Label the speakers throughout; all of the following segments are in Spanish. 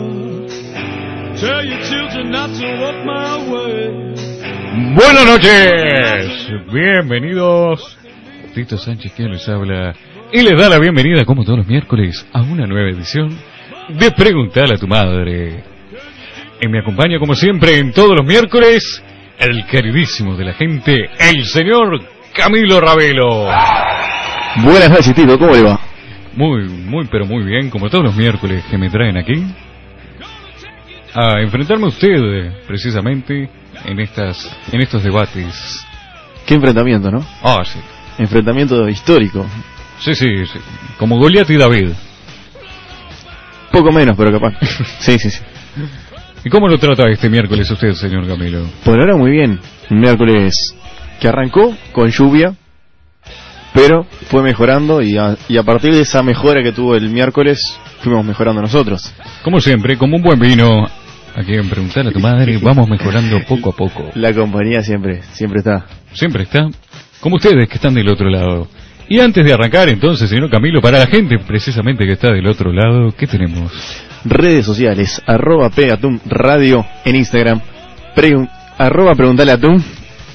Speaker 1: Mother, tell your children not to walk my way.
Speaker 2: Buenas noches, bienvenidos. Tito Sánchez quien les habla y les da la bienvenida como todos los miércoles a una nueva edición de Preguntar a tu madre. Y me acompaña como siempre en todos los miércoles el queridísimo de la gente, el señor Camilo Ravelo.
Speaker 3: Buenas noches, Tito, ¿cómo le va?
Speaker 2: Muy, muy, pero muy bien, como todos los miércoles que me traen aquí, a enfrentarme a usted, eh, precisamente, en, estas, en estos debates.
Speaker 3: Qué enfrentamiento, ¿no?
Speaker 2: Ah, sí.
Speaker 3: Enfrentamiento histórico.
Speaker 2: Sí, sí, sí. Como Goliat y David.
Speaker 3: Poco menos, pero capaz. Sí, sí, sí.
Speaker 2: ¿Y cómo lo trata este miércoles usted, señor Camilo?
Speaker 3: Por ahora muy bien. Un miércoles que arrancó con lluvia, pero fue mejorando y a, y a partir de esa mejora que tuvo el miércoles, fuimos mejorando nosotros.
Speaker 2: Como siempre, como un buen vino, a quien preguntar a tu madre, vamos mejorando poco a poco.
Speaker 3: La compañía siempre, siempre está.
Speaker 2: Siempre está, como ustedes que están del otro lado. Y antes de arrancar, entonces, señor Camilo, para la gente precisamente que está del otro lado, ¿qué tenemos?
Speaker 3: Redes sociales, arroba Pegatum Radio en Instagram, pregun- arroba Preguntale a Tum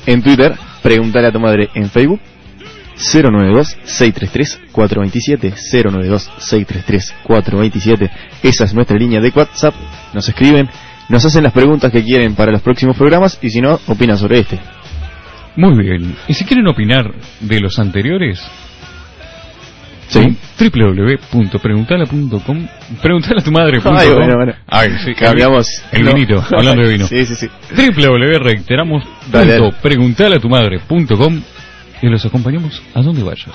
Speaker 3: en Twitter, Preguntale a tu madre en Facebook, 092-633-427, 092-633-427, esa es nuestra línea de WhatsApp, nos escriben, nos hacen las preguntas que quieren para los próximos programas y si no, opinan sobre este.
Speaker 2: Muy bien. Y si quieren opinar de los anteriores,
Speaker 3: ¿Sí?
Speaker 2: www.preguntala.com Preguntala a tu madre.
Speaker 3: Ay, bueno, bueno.
Speaker 2: Ay, sí,
Speaker 3: Cambiamos.
Speaker 2: El
Speaker 3: No.
Speaker 2: vinito, hablando de vino.
Speaker 3: Sí, sí, sí.
Speaker 2: www reiteramos
Speaker 3: Dale, dale.
Speaker 2: punto preguntalaatumadre.com y los acompañamos a donde vayas.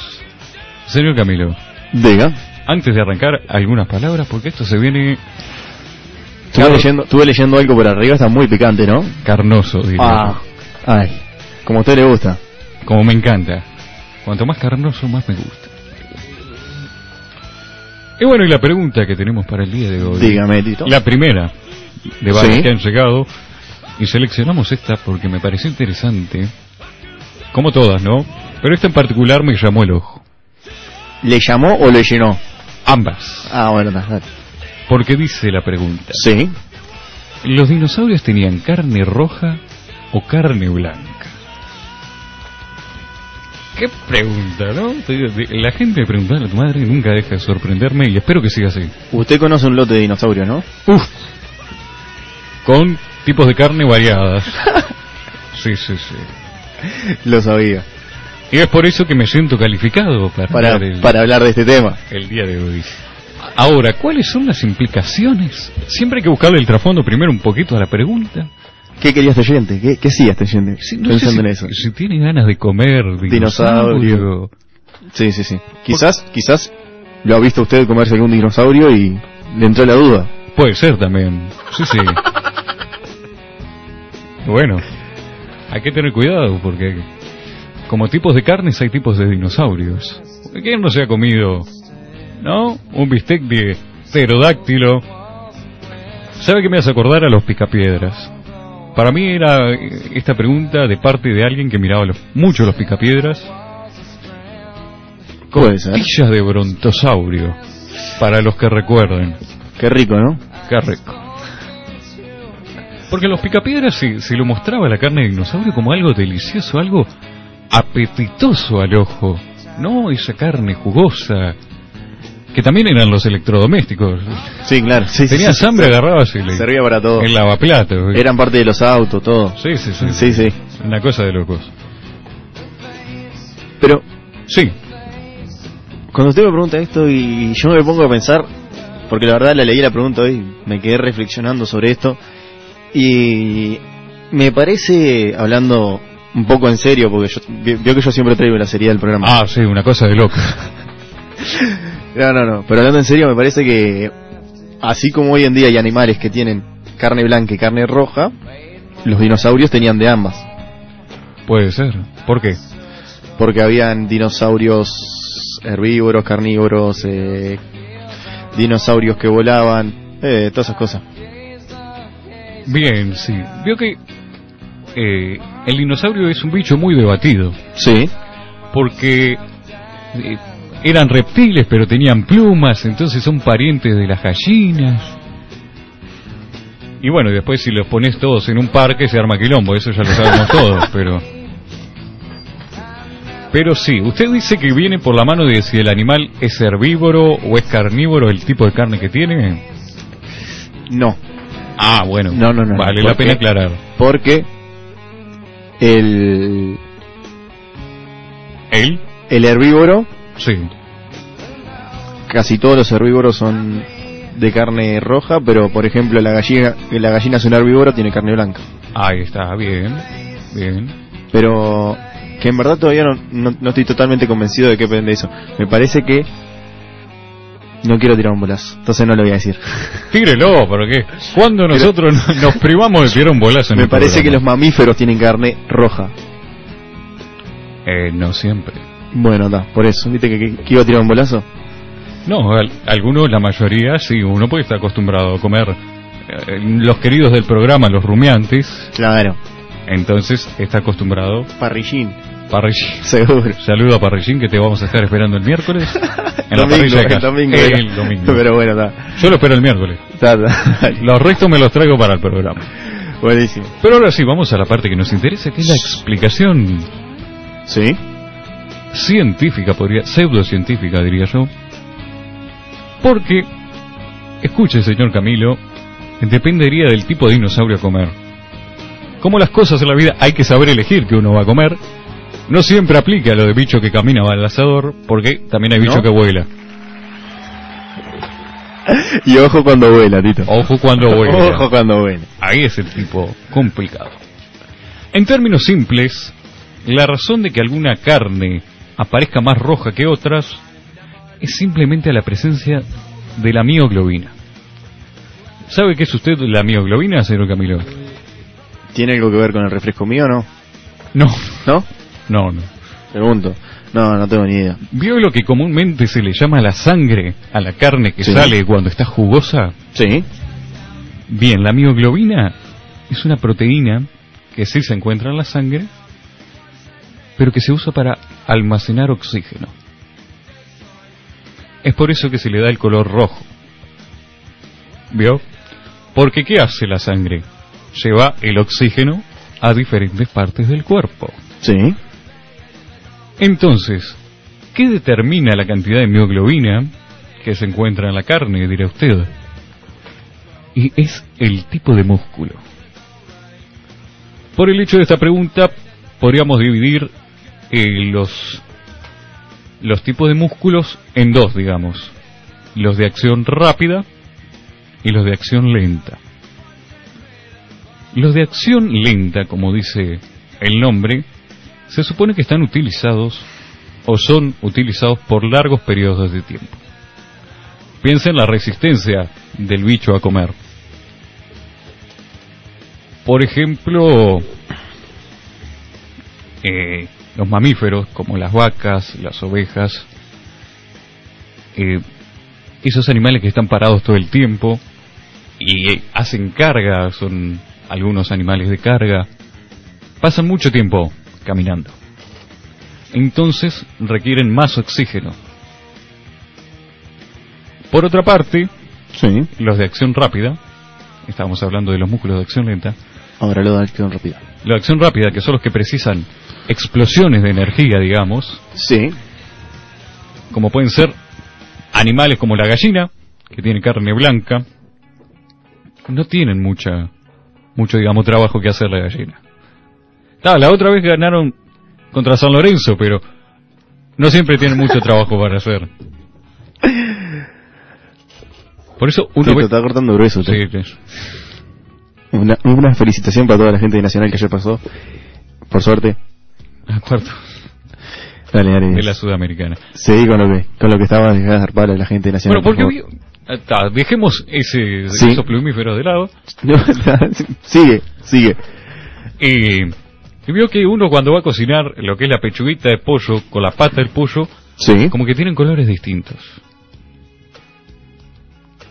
Speaker 2: Señor Camilo,
Speaker 3: Diga.
Speaker 2: antes de arrancar algunas palabras porque esto se viene
Speaker 3: Estuve leyendo, estuve leyendo algo por arriba, está muy picante, ¿no?
Speaker 2: carnoso, diría.
Speaker 3: Ah, ay, como a usted le gusta.
Speaker 2: Como me encanta. Cuanto más carnoso, más me gusta. Y bueno, y la pregunta que tenemos para el día de hoy.
Speaker 3: Dígame, Tito.
Speaker 2: La primera de varias
Speaker 3: Sí.
Speaker 2: que han llegado. Y seleccionamos esta porque me pareció interesante. Como todas, ¿no? Pero esta en particular me llamó el ojo.
Speaker 3: ¿Le llamó o le llenó?
Speaker 2: Ambas.
Speaker 3: Ah, bueno, está. está.
Speaker 2: Porque dice la pregunta.
Speaker 3: Sí.
Speaker 2: ¿Los dinosaurios tenían carne roja o carne blanca? Qué pregunta, ¿no? Te digo, de- La gente preguntando a tu madre nunca deja de sorprenderme y espero que siga así.
Speaker 3: Usted conoce un lote de dinosaurios, ¿no?
Speaker 2: Uf. Con tipos de carne variadas. Sí, sí, sí.
Speaker 3: Lo sabía.
Speaker 2: Y es por eso que me siento calificado para,
Speaker 3: Para,
Speaker 2: hablar el,
Speaker 3: para hablar de este tema.
Speaker 2: el día de hoy. Ahora, ¿cuáles son las implicaciones? Siempre hay que buscarle el trasfondo primero un poquito a la pregunta.
Speaker 3: ¿Qué quería este oyente? ¿Qué, qué hacía este oyente?
Speaker 2: Sí, no sé
Speaker 3: Pensando
Speaker 2: si,
Speaker 3: en eso.
Speaker 2: si tiene ganas de comer dinosaurio.
Speaker 3: Dinosaurio. Sí, sí, sí. Quizás, quizás lo ha visto usted comerse algún dinosaurio y le entró la duda.
Speaker 2: Puede ser también. Sí, sí. bueno, hay que tener cuidado porque como tipos de carnes hay tipos de dinosaurios. ¿Quién no se ha comido? ¿No? Un bistec de pterodáctilo. ¿Sabe qué me hace acordar a los picapiedras? Para mí era eh, esta pregunta de parte de alguien que miraba los- mucho los picapiedras.
Speaker 3: Puede ser.
Speaker 2: Costillas de brontosaurio, para los que recuerden.
Speaker 3: Qué rico, ¿no?
Speaker 2: Qué rico. Porque los picapiedras se, se lo mostraba la carne de dinosaurio como algo delicioso, algo apetitoso al ojo. No esa carne jugosa, que también eran los electrodomésticos.
Speaker 3: Sí, claro. Sí, sí,
Speaker 2: Tenías
Speaker 3: sí,
Speaker 2: hambre,
Speaker 3: sí.
Speaker 2: agarrabas el,
Speaker 3: Servía para todo.
Speaker 2: el lavaplato.
Speaker 3: Eran parte de los autos, todo.
Speaker 2: Sí, sí, sí,
Speaker 3: Sí, sí.
Speaker 2: Una cosa de locos.
Speaker 3: Pero
Speaker 2: Sí,
Speaker 3: Cuando usted me pregunta esto y yo me pongo a pensar, porque la verdad la leí la pregunta hoy, me quedé reflexionando sobre esto y me parece, hablando un poco en serio, porque yo, vi- vio que yo siempre traigo la seriedad del programa.
Speaker 2: ah, sí, una cosa de locos.
Speaker 3: No, no, no, pero hablando en serio me parece que así como hoy en día hay animales que tienen carne blanca y carne roja, los dinosaurios tenían de ambas,
Speaker 2: Puede ser. ¿Por qué?
Speaker 3: porque habían dinosaurios herbívoros, carnívoros, eh, dinosaurios que volaban, eh, todas esas cosas.
Speaker 2: Bien, sí. Vio que eh, el dinosaurio es un bicho muy debatido.
Speaker 3: Sí.
Speaker 2: porque eh, eran reptiles, pero tenían plumas, entonces son parientes de las gallinas. Y bueno, y después si los pones todos en un parque se arma quilombo, eso ya lo sabemos todos, pero... Pero sí, usted dice que viene por la mano de si el animal es herbívoro o es carnívoro el tipo de carne que tiene.
Speaker 3: No,
Speaker 2: Ah, bueno.
Speaker 3: No, no, no,
Speaker 2: Vale
Speaker 3: ¿por
Speaker 2: la pena
Speaker 3: qué?
Speaker 2: aclarar.
Speaker 3: porque el,
Speaker 2: ¿Él?
Speaker 3: el herbívoro,
Speaker 2: Sí.
Speaker 3: casi todos los herbívoros son de carne roja, pero por ejemplo la gallina, la gallina es un herbívoro, tiene carne blanca.
Speaker 2: Ahí está, bien. Bien.
Speaker 3: Pero que en verdad todavía no, no- no estoy totalmente convencido de que depende eso. Me parece que no quiero tirar un bolazo, entonces no lo voy a decir.
Speaker 2: Tírelo, ¿para qué? Cuando nosotros no- nos privamos de tirar un bolazo en
Speaker 3: Me
Speaker 2: el
Speaker 3: parece que los
Speaker 2: programa?
Speaker 3: mamíferos tienen carne roja.
Speaker 2: Eh, no siempre.
Speaker 3: Bueno, da, por eso. ¿Viste que, que- que iba a tirar un bolazo?
Speaker 2: No, al- algunos, la mayoría, sí. Uno puede estar acostumbrado a comer eh, los queridos del programa, los rumiantes.
Speaker 3: Claro.
Speaker 2: Entonces está acostumbrado.
Speaker 3: Parrillín,
Speaker 2: Parrillín.
Speaker 3: seguro.
Speaker 2: Saludo a Parrillín que te vamos a estar esperando el miércoles. En la parrilla de
Speaker 3: domingo, el
Speaker 2: casa.
Speaker 3: domingo,
Speaker 2: El domingo.
Speaker 3: Pero bueno, da.
Speaker 2: Yo lo espero el miércoles.
Speaker 3: Da, da, dale.
Speaker 2: Los restos me los traigo para el programa.
Speaker 3: Buenísimo.
Speaker 2: Pero ahora sí, vamos a la parte que nos interesa, que es la explicación
Speaker 3: ¿Sí?
Speaker 2: científica, podría, pseudocientífica diría yo. Porque, escuche señor Camilo, dependería del tipo de dinosaurio a comer. Como las cosas en la vida hay que saber elegir que uno va a comer, no siempre aplica lo de bicho que camina va al asador, porque también hay bicho
Speaker 3: ¿No?
Speaker 2: que vuela.
Speaker 3: Y ojo cuando vuela, Tito.
Speaker 2: Ojo cuando vuela.
Speaker 3: Ojo cuando vuela.
Speaker 2: Ahí es el tipo complicado. En términos simples, la razón de que alguna carne aparezca más roja que otras es simplemente a la presencia de la mioglobina. ¿Sabe qué es usted la mioglobina, señor Camilo?
Speaker 3: ¿Tiene algo que ver con el refresco mío o no?
Speaker 2: No,
Speaker 3: ¿No?
Speaker 2: no, no.
Speaker 3: Pregunto. No, no tengo ni idea.
Speaker 2: ¿Vio lo que comúnmente se le llama la sangre a la carne que
Speaker 3: Sí.
Speaker 2: sale cuando está jugosa?
Speaker 3: ¿Sí?
Speaker 2: Bien, la mioglobina es una proteína que sí se encuentra en la sangre, pero que se usa para almacenar oxígeno. Es por eso que se le da el color rojo. ¿Vio? Porque ¿qué hace la sangre? Lleva el oxígeno a diferentes partes del cuerpo.
Speaker 3: ¿Sí?
Speaker 2: Entonces, ¿qué determina la cantidad de mioglobina que se encuentra en la carne, dirá usted? Y es el tipo de músculo. Por el hecho de esta pregunta, podríamos dividir eh, los, los tipos de músculos en dos, digamos. Los de acción rápida y los de acción lenta. Los de acción lenta, como dice el nombre, se supone que están utilizados o son utilizados por largos periodos de tiempo. Piensa en la resistencia del bicho a comer. Por ejemplo, eh, los mamíferos como las vacas, las ovejas, eh, esos animales que están parados todo el tiempo y eh, hacen carga, son algunos animales de carga, pasan mucho tiempo caminando. Entonces requieren más oxígeno. Por otra parte,
Speaker 3: Sí.
Speaker 2: los de acción rápida, estábamos hablando de los músculos de acción lenta,
Speaker 3: Ahora lo da el un rápido.
Speaker 2: la acción rápida, que son los que precisan explosiones de energía, digamos,
Speaker 3: Sí.
Speaker 2: como pueden ser animales como la gallina, que tiene carne blanca, no tienen mucha, mucho, digamos, trabajo que hacer la gallina. Ta, la otra vez ganaron contra San Lorenzo, pero no siempre tienen mucho trabajo para hacer. Por eso uno
Speaker 3: Tito,
Speaker 2: ve...
Speaker 3: está cortando grueso.
Speaker 2: Sí,
Speaker 3: usted.
Speaker 2: sí.
Speaker 3: Una, una felicitación para toda la gente de Nacional que ayer pasó. Por suerte.
Speaker 2: a cuarto
Speaker 3: Dale, dale.
Speaker 2: de la Sudamericana.
Speaker 3: Seguí con lo que, con lo que estaba dejando de zarpar a la gente de
Speaker 2: Bueno,
Speaker 3: Nacional.
Speaker 2: porque
Speaker 3: por
Speaker 2: vi- ah, ta, dejemos ese,
Speaker 3: Sí.
Speaker 2: esos plumíferos de lado.
Speaker 3: favor. sigue, sigue.
Speaker 2: Y, y vio que uno cuando va a cocinar lo que es la pechuguita de pollo con la pata del pollo,
Speaker 3: Sí.
Speaker 2: como que tienen colores distintos.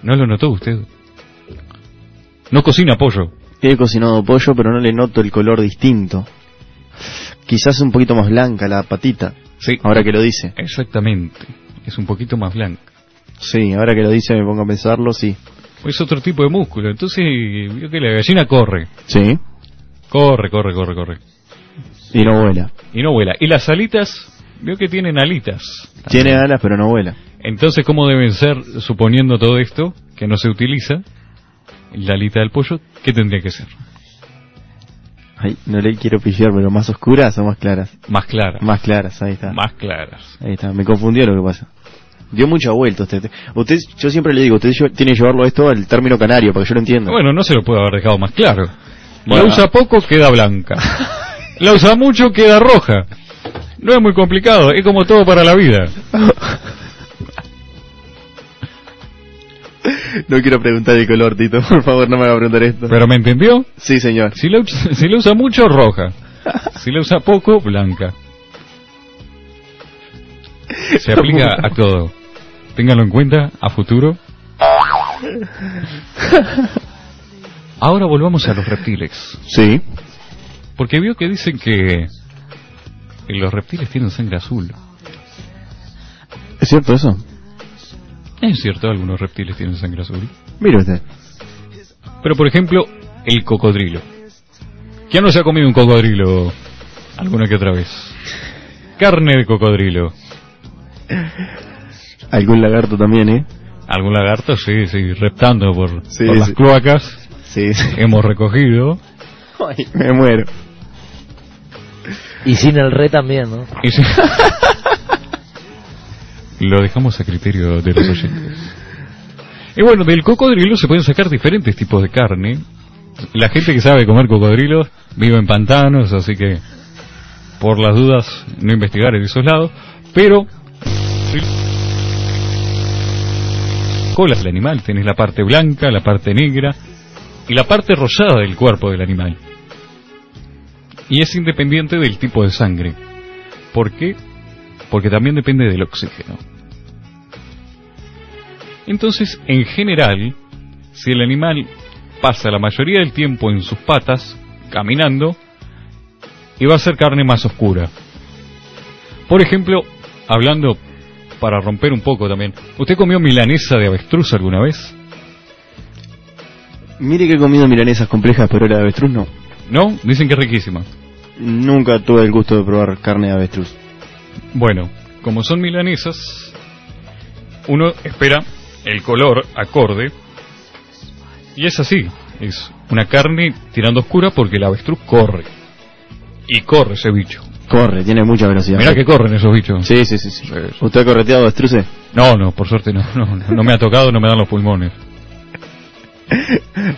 Speaker 2: ¿No lo notó usted? No cocina pollo.
Speaker 3: He cocinado pollo, pero no le noto el color distinto. Quizás un poquito más blanca la patita.
Speaker 2: Sí,
Speaker 3: Ahora que lo dice.
Speaker 2: exactamente. que es un poquito más blanca.
Speaker 3: Sí, ahora que lo dice me pongo a pensarlo, sí.
Speaker 2: Es otro tipo de músculo. Entonces, vio que la gallina corre.
Speaker 3: Sí.
Speaker 2: Corre, corre, corre, corre.
Speaker 3: Y no vuela.
Speaker 2: Y no vuela. Y las alitas, vio que tienen alitas.
Speaker 3: Tiene alas, pero no vuela.
Speaker 2: Entonces, ¿cómo deben ser, suponiendo todo esto, que no se utiliza, la alita del pollo? ¿Qué tendría que ser?
Speaker 3: Ay, no le quiero pifiar, pero más oscuras o más claras.
Speaker 2: Más clara.
Speaker 3: Más claras, ahí está.
Speaker 2: Más claras.
Speaker 3: Ahí está, me confundió lo que pasa. Dio mucha vuelta usted. Usted, yo siempre le digo, usted lle- tiene que llevarlo esto al término canario para que yo lo entienda.
Speaker 2: Bueno, no se lo puede haber dejado más claro.
Speaker 3: Bueno.
Speaker 2: La usa poco, queda blanca. la usa mucho, queda roja. No es muy complicado, es como todo para la vida.
Speaker 3: No quiero preguntar el color, Tito, por favor, no me va a preguntar esto.
Speaker 2: ¿Pero me entendió?
Speaker 3: Sí, señor.
Speaker 2: Si la, usa- si la usa mucho, roja. Si la usa poco, blanca. Se aplica a todo. Ténganlo en cuenta a futuro. Ahora volvamos a los reptiles.
Speaker 3: Sí.
Speaker 2: Porque vio que dicen que los reptiles tienen sangre azul.
Speaker 3: ¿Es cierto eso?
Speaker 2: Es cierto, algunos reptiles tienen sangre azul.
Speaker 3: Mire usted.
Speaker 2: Pero por ejemplo, el cocodrilo. ¿Quién no se ha comido un cocodrilo alguna que otra vez? Carne de cocodrilo.
Speaker 3: Algún lagarto también, ¿eh?
Speaker 2: Algún lagarto, sí, sí, reptando por,
Speaker 3: Sí,
Speaker 2: por las
Speaker 3: sí.
Speaker 2: cloacas.
Speaker 3: Sí, sí.
Speaker 2: Hemos recogido.
Speaker 3: Ay, me muero.
Speaker 4: Y sin el re también, ¿no?
Speaker 2: Y se- Lo dejamos a criterio de los oyentes. Y bueno, del cocodrilo se pueden sacar diferentes tipos de carne. La gente que sabe comer cocodrilos vive en pantanos, así que por las dudas no investigar en esos lados. Pero... Colas del animal, tenés la parte blanca, la parte negra y la parte rosada del cuerpo del animal. Y es independiente del tipo de sangre. ¿Por qué? Porque también depende del oxígeno. Entonces, en general, si el animal pasa la mayoría del tiempo en sus patas, caminando, y va a ser carne más oscura. Por ejemplo, hablando para romper un poco también, ¿usted comió milanesa de avestruz alguna vez?
Speaker 3: Mire que he comido milanesas complejas, pero la de avestruz no.
Speaker 2: ¿No? Dicen que es riquísima.
Speaker 3: Nunca tuve el gusto de probar carne de avestruz.
Speaker 2: Bueno, como son milanesas, uno espera el color acorde. Y es así, es una carne tirando oscura porque el avestruz corre. Y corre ese bicho.
Speaker 3: Corre, tiene mucha velocidad.
Speaker 2: Mirá que corren esos bichos.
Speaker 3: Sí, sí, sí, sí.
Speaker 2: Sí, sí.
Speaker 3: ¿Usted ha correteado avestruces?
Speaker 2: No, no, por suerte no, no, no me ha tocado, no me dan los pulmones.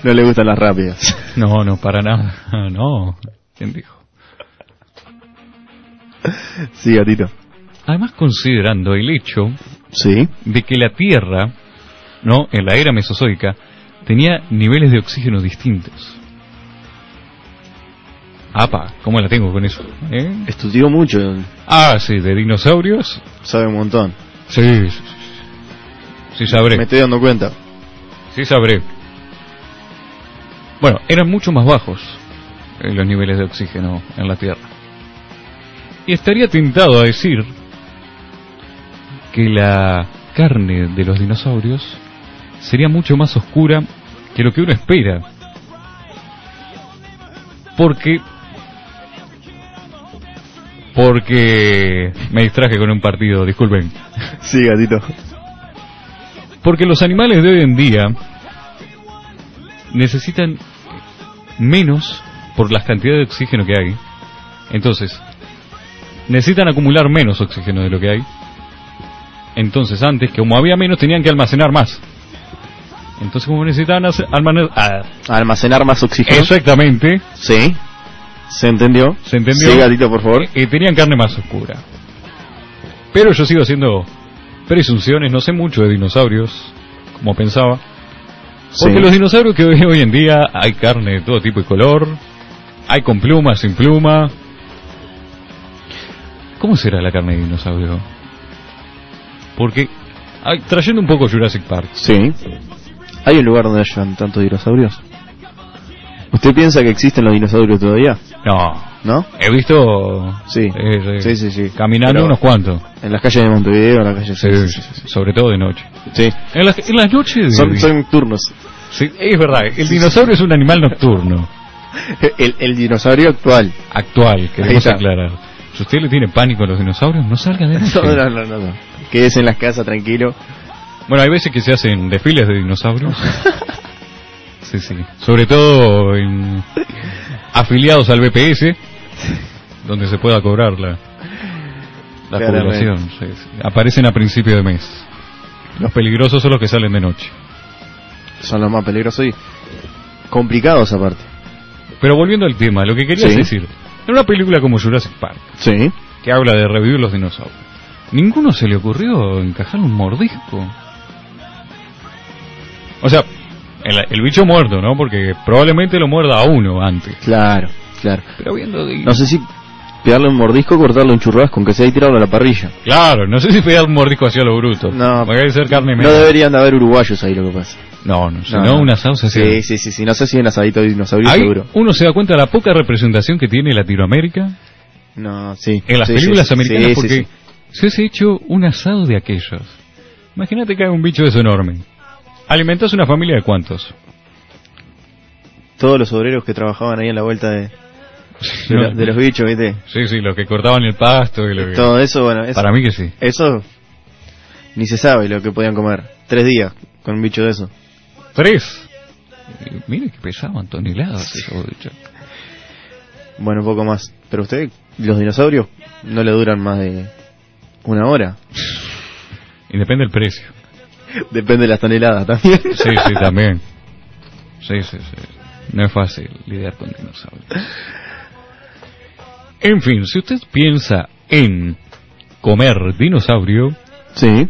Speaker 3: No le gustan las rápidas.
Speaker 2: No, no, para nada, no. ¿Quién dijo?
Speaker 3: Sí, gatito.
Speaker 2: Además, considerando el hecho
Speaker 3: Sí.
Speaker 2: de que la Tierra, ¿no? En la era mesozoica, tenía niveles de oxígeno distintos. Apa, ¿cómo la tengo con eso? eh?
Speaker 3: Estudió mucho,
Speaker 2: Ah, sí, de dinosaurios.
Speaker 3: sabe un montón.
Speaker 2: Sí, sí, sí, sí. Sí
Speaker 3: Me
Speaker 2: sabré,
Speaker 3: estoy dando cuenta.
Speaker 2: sí sabré. Bueno, eran mucho más bajos eh, los niveles de oxígeno en la Tierra. Y estaría tentado a decir que la carne de los dinosaurios sería mucho más oscura que lo que uno espera. Porque... Porque... Me distraje con un partido, disculpen.
Speaker 3: Sí, gatito.
Speaker 2: Porque los animales de hoy en día necesitan menos por las cantidades de oxígeno que hay. Entonces, necesitan acumular menos oxígeno de lo que hay. Entonces, antes, como había menos, tenían que almacenar más. Entonces, como necesitaban hace- almane- ah,
Speaker 3: Almacenar más oxígeno.
Speaker 2: exactamente,
Speaker 3: Sí. ¿Se entendió?
Speaker 2: ¿Se entendió?
Speaker 3: Sí, gatito, por favor.
Speaker 2: eh, tenían carne más oscura. Pero yo sigo haciendo presunciones, no sé mucho de dinosaurios, como pensaba. Porque
Speaker 3: Sí.
Speaker 2: los dinosaurios que hoy, hoy en día hay carne de todo tipo y color, hay con pluma, sin pluma. ¿Cómo será la carne de dinosaurio? Porque, ay, trayendo un poco Jurassic Park,
Speaker 3: Sí. ¿Hay un lugar donde hayan tantos dinosaurios? ¿Usted piensa que existen los dinosaurios todavía?
Speaker 2: no,
Speaker 3: ¿no?
Speaker 2: He visto
Speaker 3: Sí.
Speaker 2: eh, eh,
Speaker 3: Sí, sí, sí.
Speaker 2: caminando
Speaker 3: Pero-
Speaker 2: unos cuantos,
Speaker 3: En las calles de Montevideo, en las calles... Sí,
Speaker 2: eh,
Speaker 3: sí, sí, sí.
Speaker 2: sobre todo de noche.
Speaker 3: Sí.
Speaker 2: En las, en las noches...
Speaker 3: Son, son turnos.
Speaker 2: Sí, es verdad, el dinosaurio es un animal nocturno,
Speaker 3: El, el dinosaurio actual.
Speaker 2: actual,
Speaker 3: Ahí
Speaker 2: queremos
Speaker 3: está.
Speaker 2: aclarar. Si usted le tiene pánico a los dinosaurios, no salga de noche.
Speaker 3: No, no, no, no, no. Quédese en las casas tranquilo.
Speaker 2: Bueno, hay veces que se hacen desfiles de dinosaurios. sí, sí. Sobre todo en afiliados al BPS, donde se pueda cobrar la, la
Speaker 3: Claramente.
Speaker 2: cobración. Sí, sí. Aparecen a principio de mes. Los peligrosos son los que salen de noche.
Speaker 3: Son los más peligrosos y complicados aparte.
Speaker 2: Pero volviendo al tema, lo que quería
Speaker 3: Sí.
Speaker 2: decir, en una película como Jurassic Park,
Speaker 3: Sí.
Speaker 2: que habla de revivir los dinosaurios, ninguno se le ocurrió encajar un mordisco. O sea, el, el bicho muerto, ¿no? Porque probablemente lo muerda a uno antes.
Speaker 3: Claro, claro.
Speaker 2: Pero viendo de-
Speaker 3: No sé si pegarle un mordisco o cortarle un churrasco, aunque sea y tirarlo a la parrilla.
Speaker 2: Claro, no sé si pegar un mordisco hacia lo bruto.
Speaker 3: No.
Speaker 2: Porque debe ser carne
Speaker 3: No
Speaker 2: media.
Speaker 3: deberían de haber uruguayos ahí lo que pasa.
Speaker 2: No, no, Pues si
Speaker 3: No,
Speaker 2: no,
Speaker 3: no.
Speaker 2: una salsa
Speaker 3: Sí, sí, sí, sí. No sé si en asadito de dinosaurio
Speaker 2: Ahí
Speaker 3: seguro.
Speaker 2: uno se da cuenta de la poca representación que tiene Latinoamérica
Speaker 3: No, sí.
Speaker 2: en las
Speaker 3: Sí, sí,
Speaker 2: películas
Speaker 3: sí,
Speaker 2: americanas
Speaker 3: sí, sí,
Speaker 2: porque
Speaker 3: sí.
Speaker 2: se hubiese hecho un asado de aquellos. Imagínate que hay un bicho de eso enorme. ¿Alimentas una familia de cuántos?
Speaker 3: Todos los obreros que trabajaban ahí en la vuelta de, de, la- de los bichos, ¿viste?
Speaker 2: Sí, sí, los que cortaban el pasto y lo que...
Speaker 3: Todo eso, bueno, eso,
Speaker 2: Para mí que sí.
Speaker 3: eso ni se sabe lo que podían comer. Tres días con un bicho de eso.
Speaker 2: Tres. Eh, Mire que pesaban toneladas esos bichos.
Speaker 3: Bueno, un poco más. Pero usted, los dinosaurios no le duran más de una hora.
Speaker 2: Y depende del precio.
Speaker 3: Depende de las toneladas también.
Speaker 2: Sí, sí, también. Sí, sí, sí. No es fácil lidiar con dinosaurios. En fin, si usted piensa en comer dinosaurio,
Speaker 3: Sí.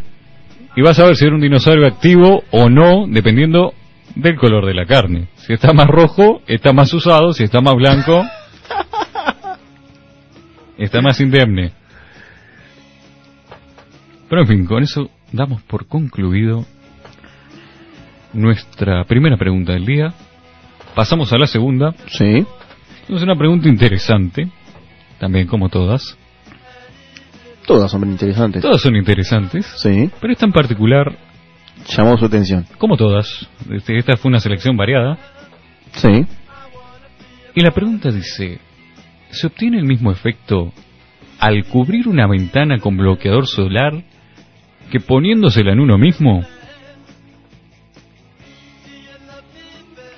Speaker 2: y vas a ver si era un dinosaurio activo o no, dependiendo del color de la carne. Si está más rojo, está más usado, si está más blanco, está más indemne. Pero en fin, con eso damos por concluido nuestra primera pregunta del día. Pasamos a la segunda.
Speaker 3: Sí.
Speaker 2: Es una pregunta interesante, también como todas.
Speaker 3: Todas son interesantes.
Speaker 2: Todas son interesantes,
Speaker 3: Sí.
Speaker 2: pero esta en particular
Speaker 3: Llamó su atención.
Speaker 2: Como todas, este, esta fue una selección variada.
Speaker 3: Sí.
Speaker 2: Y la pregunta dice, ¿se obtiene el mismo efecto al cubrir una ventana con bloqueador solar que poniéndosela en uno mismo?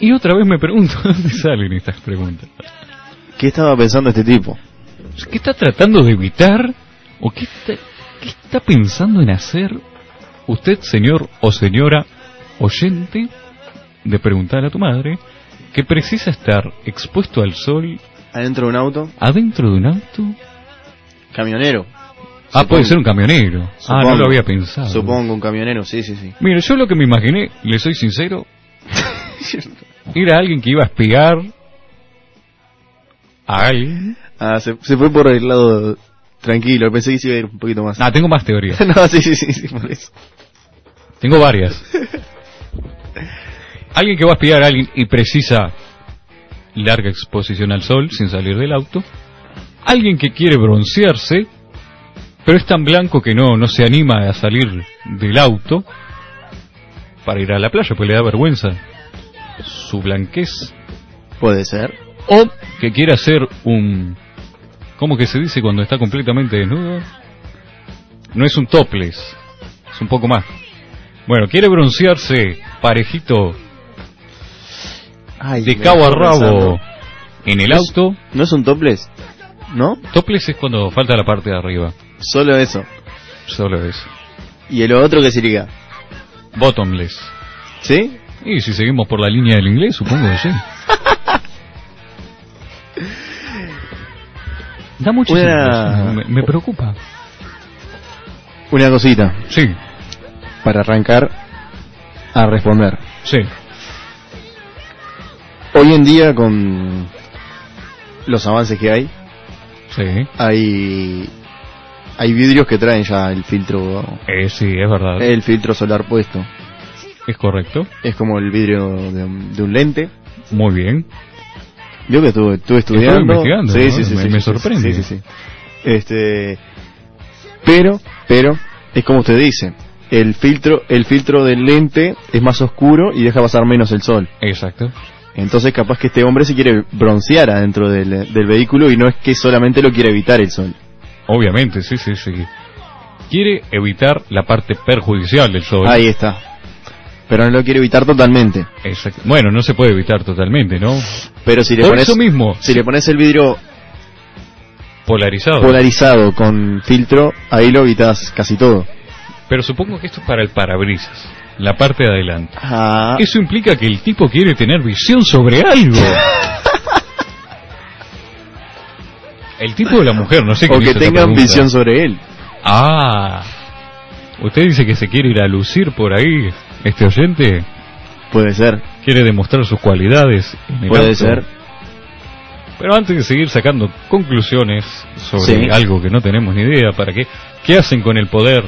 Speaker 2: Y otra vez me pregunto, ¿dónde salen estas preguntas?
Speaker 3: ¿Qué estaba pensando este tipo?
Speaker 2: O sea, Pues, ¿Qué está tratando de evitar? ¿O qué está, qué está pensando en hacer usted, señor o señora oyente, de preguntar a tu madre que precisa estar expuesto al sol
Speaker 3: Adentro de un auto,
Speaker 2: adentro de un auto?
Speaker 3: camionero.
Speaker 2: Ah, puede
Speaker 3: Supongo.
Speaker 2: ser un camionero. Ah, no
Speaker 3: Supongo.
Speaker 2: lo había pensado.
Speaker 3: Supongo un camionero, sí, sí, sí.
Speaker 2: Mire, yo lo que me imaginé, le soy sincero, era alguien que iba a espiar a alguien.
Speaker 3: Ah, se, se fue por el lado tranquilo, pensé que se iba a ir un poquito más.
Speaker 2: Ah, tengo más teorías.
Speaker 3: no, sí, sí, sí, sí, por eso.
Speaker 2: Tengo varias. Alguien que va a espiar a alguien y precisa larga exposición al sol sin salir del auto. Alguien que quiere broncearse, pero es tan blanco que no, no se anima a salir del auto para ir a la playa, porque le da vergüenza su blanquez.
Speaker 3: Puede ser.
Speaker 2: O que quiera hacer un... ¿Cómo que se dice cuando está completamente desnudo? No es un topless, es un poco más. Bueno, quiere broncearse parejito
Speaker 3: Ay,
Speaker 2: de
Speaker 3: me
Speaker 2: cabo a
Speaker 3: dejó
Speaker 2: rabo
Speaker 3: pensando.
Speaker 2: en el
Speaker 3: Es-
Speaker 2: auto.
Speaker 3: ¿No es un topless? ¿No?
Speaker 2: Topless es cuando falta la parte de arriba,
Speaker 3: Solo eso.
Speaker 2: solo eso.
Speaker 3: ¿Y el otro qué sería?
Speaker 2: Bottomless.
Speaker 3: ¿Sí?
Speaker 2: Y si seguimos por la línea del inglés, supongo que sí. Da mucho
Speaker 3: Una-
Speaker 2: me, me preocupa.
Speaker 3: Una cosita
Speaker 2: Sí,
Speaker 3: para arrancar a responder.
Speaker 2: sí.
Speaker 3: Hoy en día con los avances que hay,
Speaker 2: Sí,
Speaker 3: hay hay vidrios que traen ya el filtro
Speaker 2: Eh, sí, es verdad.
Speaker 3: el filtro solar puesto.
Speaker 2: Es correcto.
Speaker 3: Es como el vidrio de un, de un lente
Speaker 2: Muy bien.
Speaker 3: Yo que estuve, estuve estudiando.
Speaker 2: investigando,
Speaker 3: Sí,
Speaker 2: ¿no?
Speaker 3: sí, sí,
Speaker 2: Me-
Speaker 3: sí,
Speaker 2: me
Speaker 3: sí,
Speaker 2: sorprende.
Speaker 3: Sí, sí, sí. Este, pero, pero, es como usted dice. El filtro, el filtro del lente es más oscuro y deja pasar menos el sol.
Speaker 2: Exacto.
Speaker 3: Entonces capaz que este hombre se quiere broncear adentro del, del vehículo y no es que solamente lo quiere evitar el sol.
Speaker 2: Obviamente, sí, sí, sí. Quiere evitar la parte perjudicial del sol.
Speaker 3: Ahí está. Pero no lo quiere evitar totalmente.
Speaker 2: Exacto. Bueno, no se puede evitar totalmente, ¿no?
Speaker 3: Pero si le
Speaker 2: Por
Speaker 3: pones
Speaker 2: eso mismo.
Speaker 3: si le pones el vidrio
Speaker 2: Polarizado.
Speaker 3: polarizado con filtro, ahí lo evitas casi todo.
Speaker 2: Pero supongo que esto es para el parabrisas, la parte de adelante.
Speaker 3: Ah,
Speaker 2: Eso implica que el tipo quiere tener visión sobre algo. El tipo de la mujer, no sé
Speaker 3: o
Speaker 2: quién
Speaker 3: que
Speaker 2: hizo esa
Speaker 3: tengan
Speaker 2: pregunta.
Speaker 3: visión sobre él.
Speaker 2: Ah. Usted dice que se quiere ir a lucir por ahí, este oyente.
Speaker 3: Puede ser,
Speaker 2: Quiere demostrar sus cualidades. en el
Speaker 3: puede
Speaker 2: auto.
Speaker 3: ser.
Speaker 2: Pero antes de seguir sacando conclusiones sobre
Speaker 3: Sí.
Speaker 2: algo que no tenemos ni idea, ¿para qué? ¿Qué hacen con el poder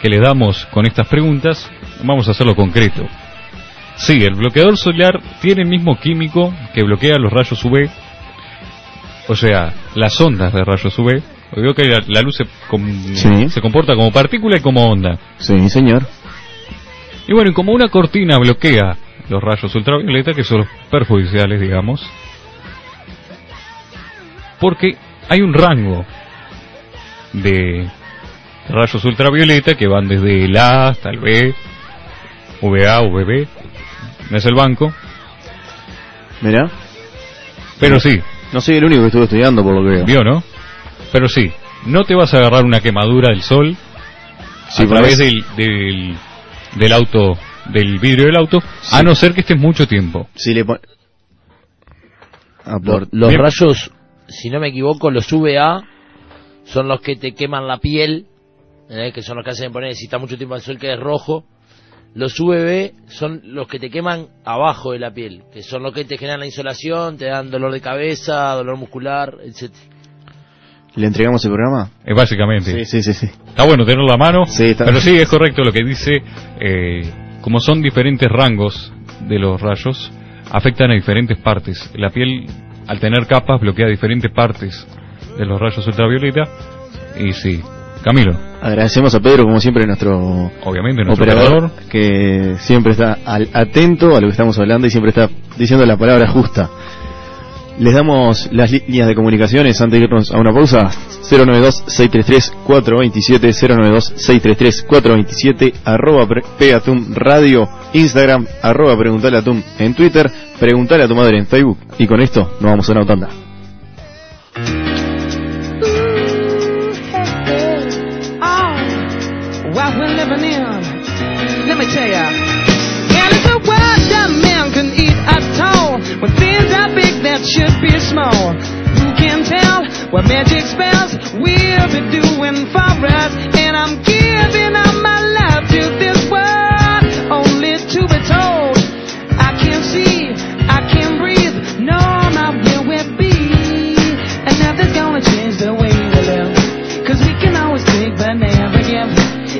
Speaker 2: que les damos con estas preguntas? Vamos a hacerlo concreto. Sí, el bloqueador solar tiene el mismo químico que bloquea los rayos UV, o sea, las ondas de rayos UV. Veo que la, la luz se, com-
Speaker 3: Sí.
Speaker 2: se comporta como partícula y como onda.
Speaker 3: Sí, señor.
Speaker 2: Y bueno, y como una cortina bloquea los rayos ultravioleta, que son los perjudiciales, digamos, porque hay un rango de rayos ultravioleta que van desde el A hasta el B, VA, VB, no es el banco,
Speaker 3: Mirá,
Speaker 2: pero sí,
Speaker 3: no soy el único que estuvo estudiando por lo que veo.
Speaker 2: vio, ¿no? Pero sí, no te vas a agarrar una quemadura del sol
Speaker 3: Sí,
Speaker 2: a través
Speaker 3: ponés-
Speaker 2: del, del, del auto, del vidrio del auto, a no ser que estés mucho tiempo.
Speaker 3: Si le pon- Ah,
Speaker 4: Lo-
Speaker 3: por-
Speaker 4: los
Speaker 2: Bien.
Speaker 4: rayos, si no me equivoco, los UVA son los que te queman la piel, ¿eh? que son los que hacen poner, si está mucho tiempo al sol, que es rojo. Los UVB son los que te queman abajo de la piel, que son los que te generan la insolación, te dan dolor de cabeza, dolor muscular, etcétera.
Speaker 3: ¿Le entregamos el programa?
Speaker 2: Eh, Básicamente.
Speaker 3: sí, sí. sí.
Speaker 2: Está bueno tenerlo a mano.
Speaker 3: Sí, está-
Speaker 2: Pero sí, es correcto lo que dice. eh, como son diferentes rangos de los rayos, afectan a diferentes partes. La piel, al tener capas, bloquea diferentes partes de los rayos ultravioleta. Y sí, Camilo,
Speaker 3: Agradecemos a Pedro, como siempre, nuestro
Speaker 2: obviamente, nuestro
Speaker 3: operador,
Speaker 2: operador.
Speaker 3: que siempre está al- atento a lo que estamos hablando y siempre está diciendo la palabra justa. Les damos las líneas de comunicaciones antes de irnos a una pausa. 092-633-427, 092-633-427, arroba pre- Pegatum Radio, Instagram, arroba Preguntale a Tum en Twitter, Preguntale a tu madre en Facebook. Y con esto nos vamos a una tanda.
Speaker 5: Oh, what we're living in. Let me tell ya. And it's a world that man can eat at all. When things are big that should be small. Who can tell what magic spells we'll be doing for us? And I'm giving up my love to this world, only to be told. I can't see, I can't breathe, no, not where we'll be. And nothing's gonna change the way we live. Cause we can always take but never give.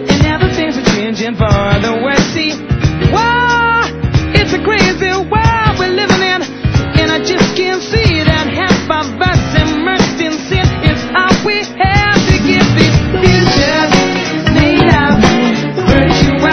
Speaker 5: And everything's a changing for the worse. See, wow, it's a crazy world we're living in. And I just can't see that half of us immersed in sin is all we have to give. These futures made up.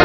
Speaker 5: Oh!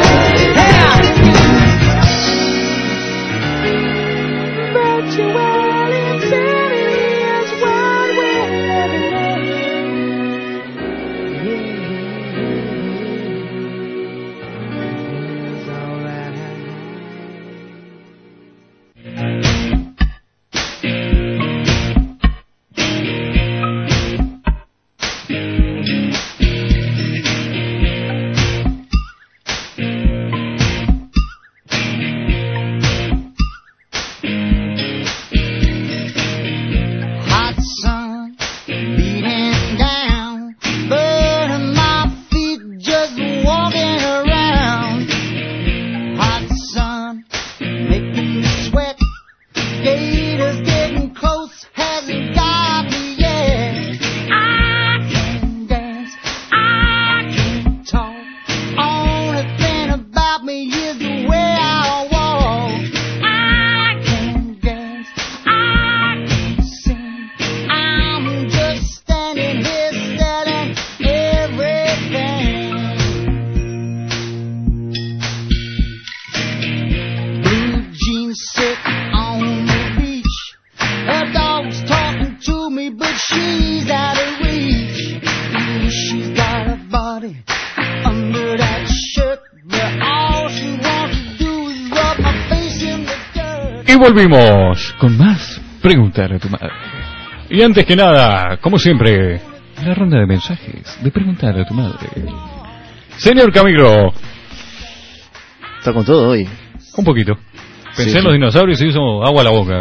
Speaker 6: me is the way I walk. I can dance, I can sing. I'm just standing here staring everything. Blue jeans sit on the beach. Her dog's talking to me, but she's out of reach. Ooh, she's got a body under that shirt, but all she wants to do is rub my face in the dirt.
Speaker 2: Y volvimos con más Preguntar a tu madre. Y antes que nada, como siempre, la ronda de mensajes de Preguntar a tu madre. Señor Camilo,
Speaker 3: Está con todo hoy.
Speaker 2: un poquito. Pensé
Speaker 3: Sí,
Speaker 2: en los
Speaker 3: sí.
Speaker 2: dinosaurios y hizo agua a la boca.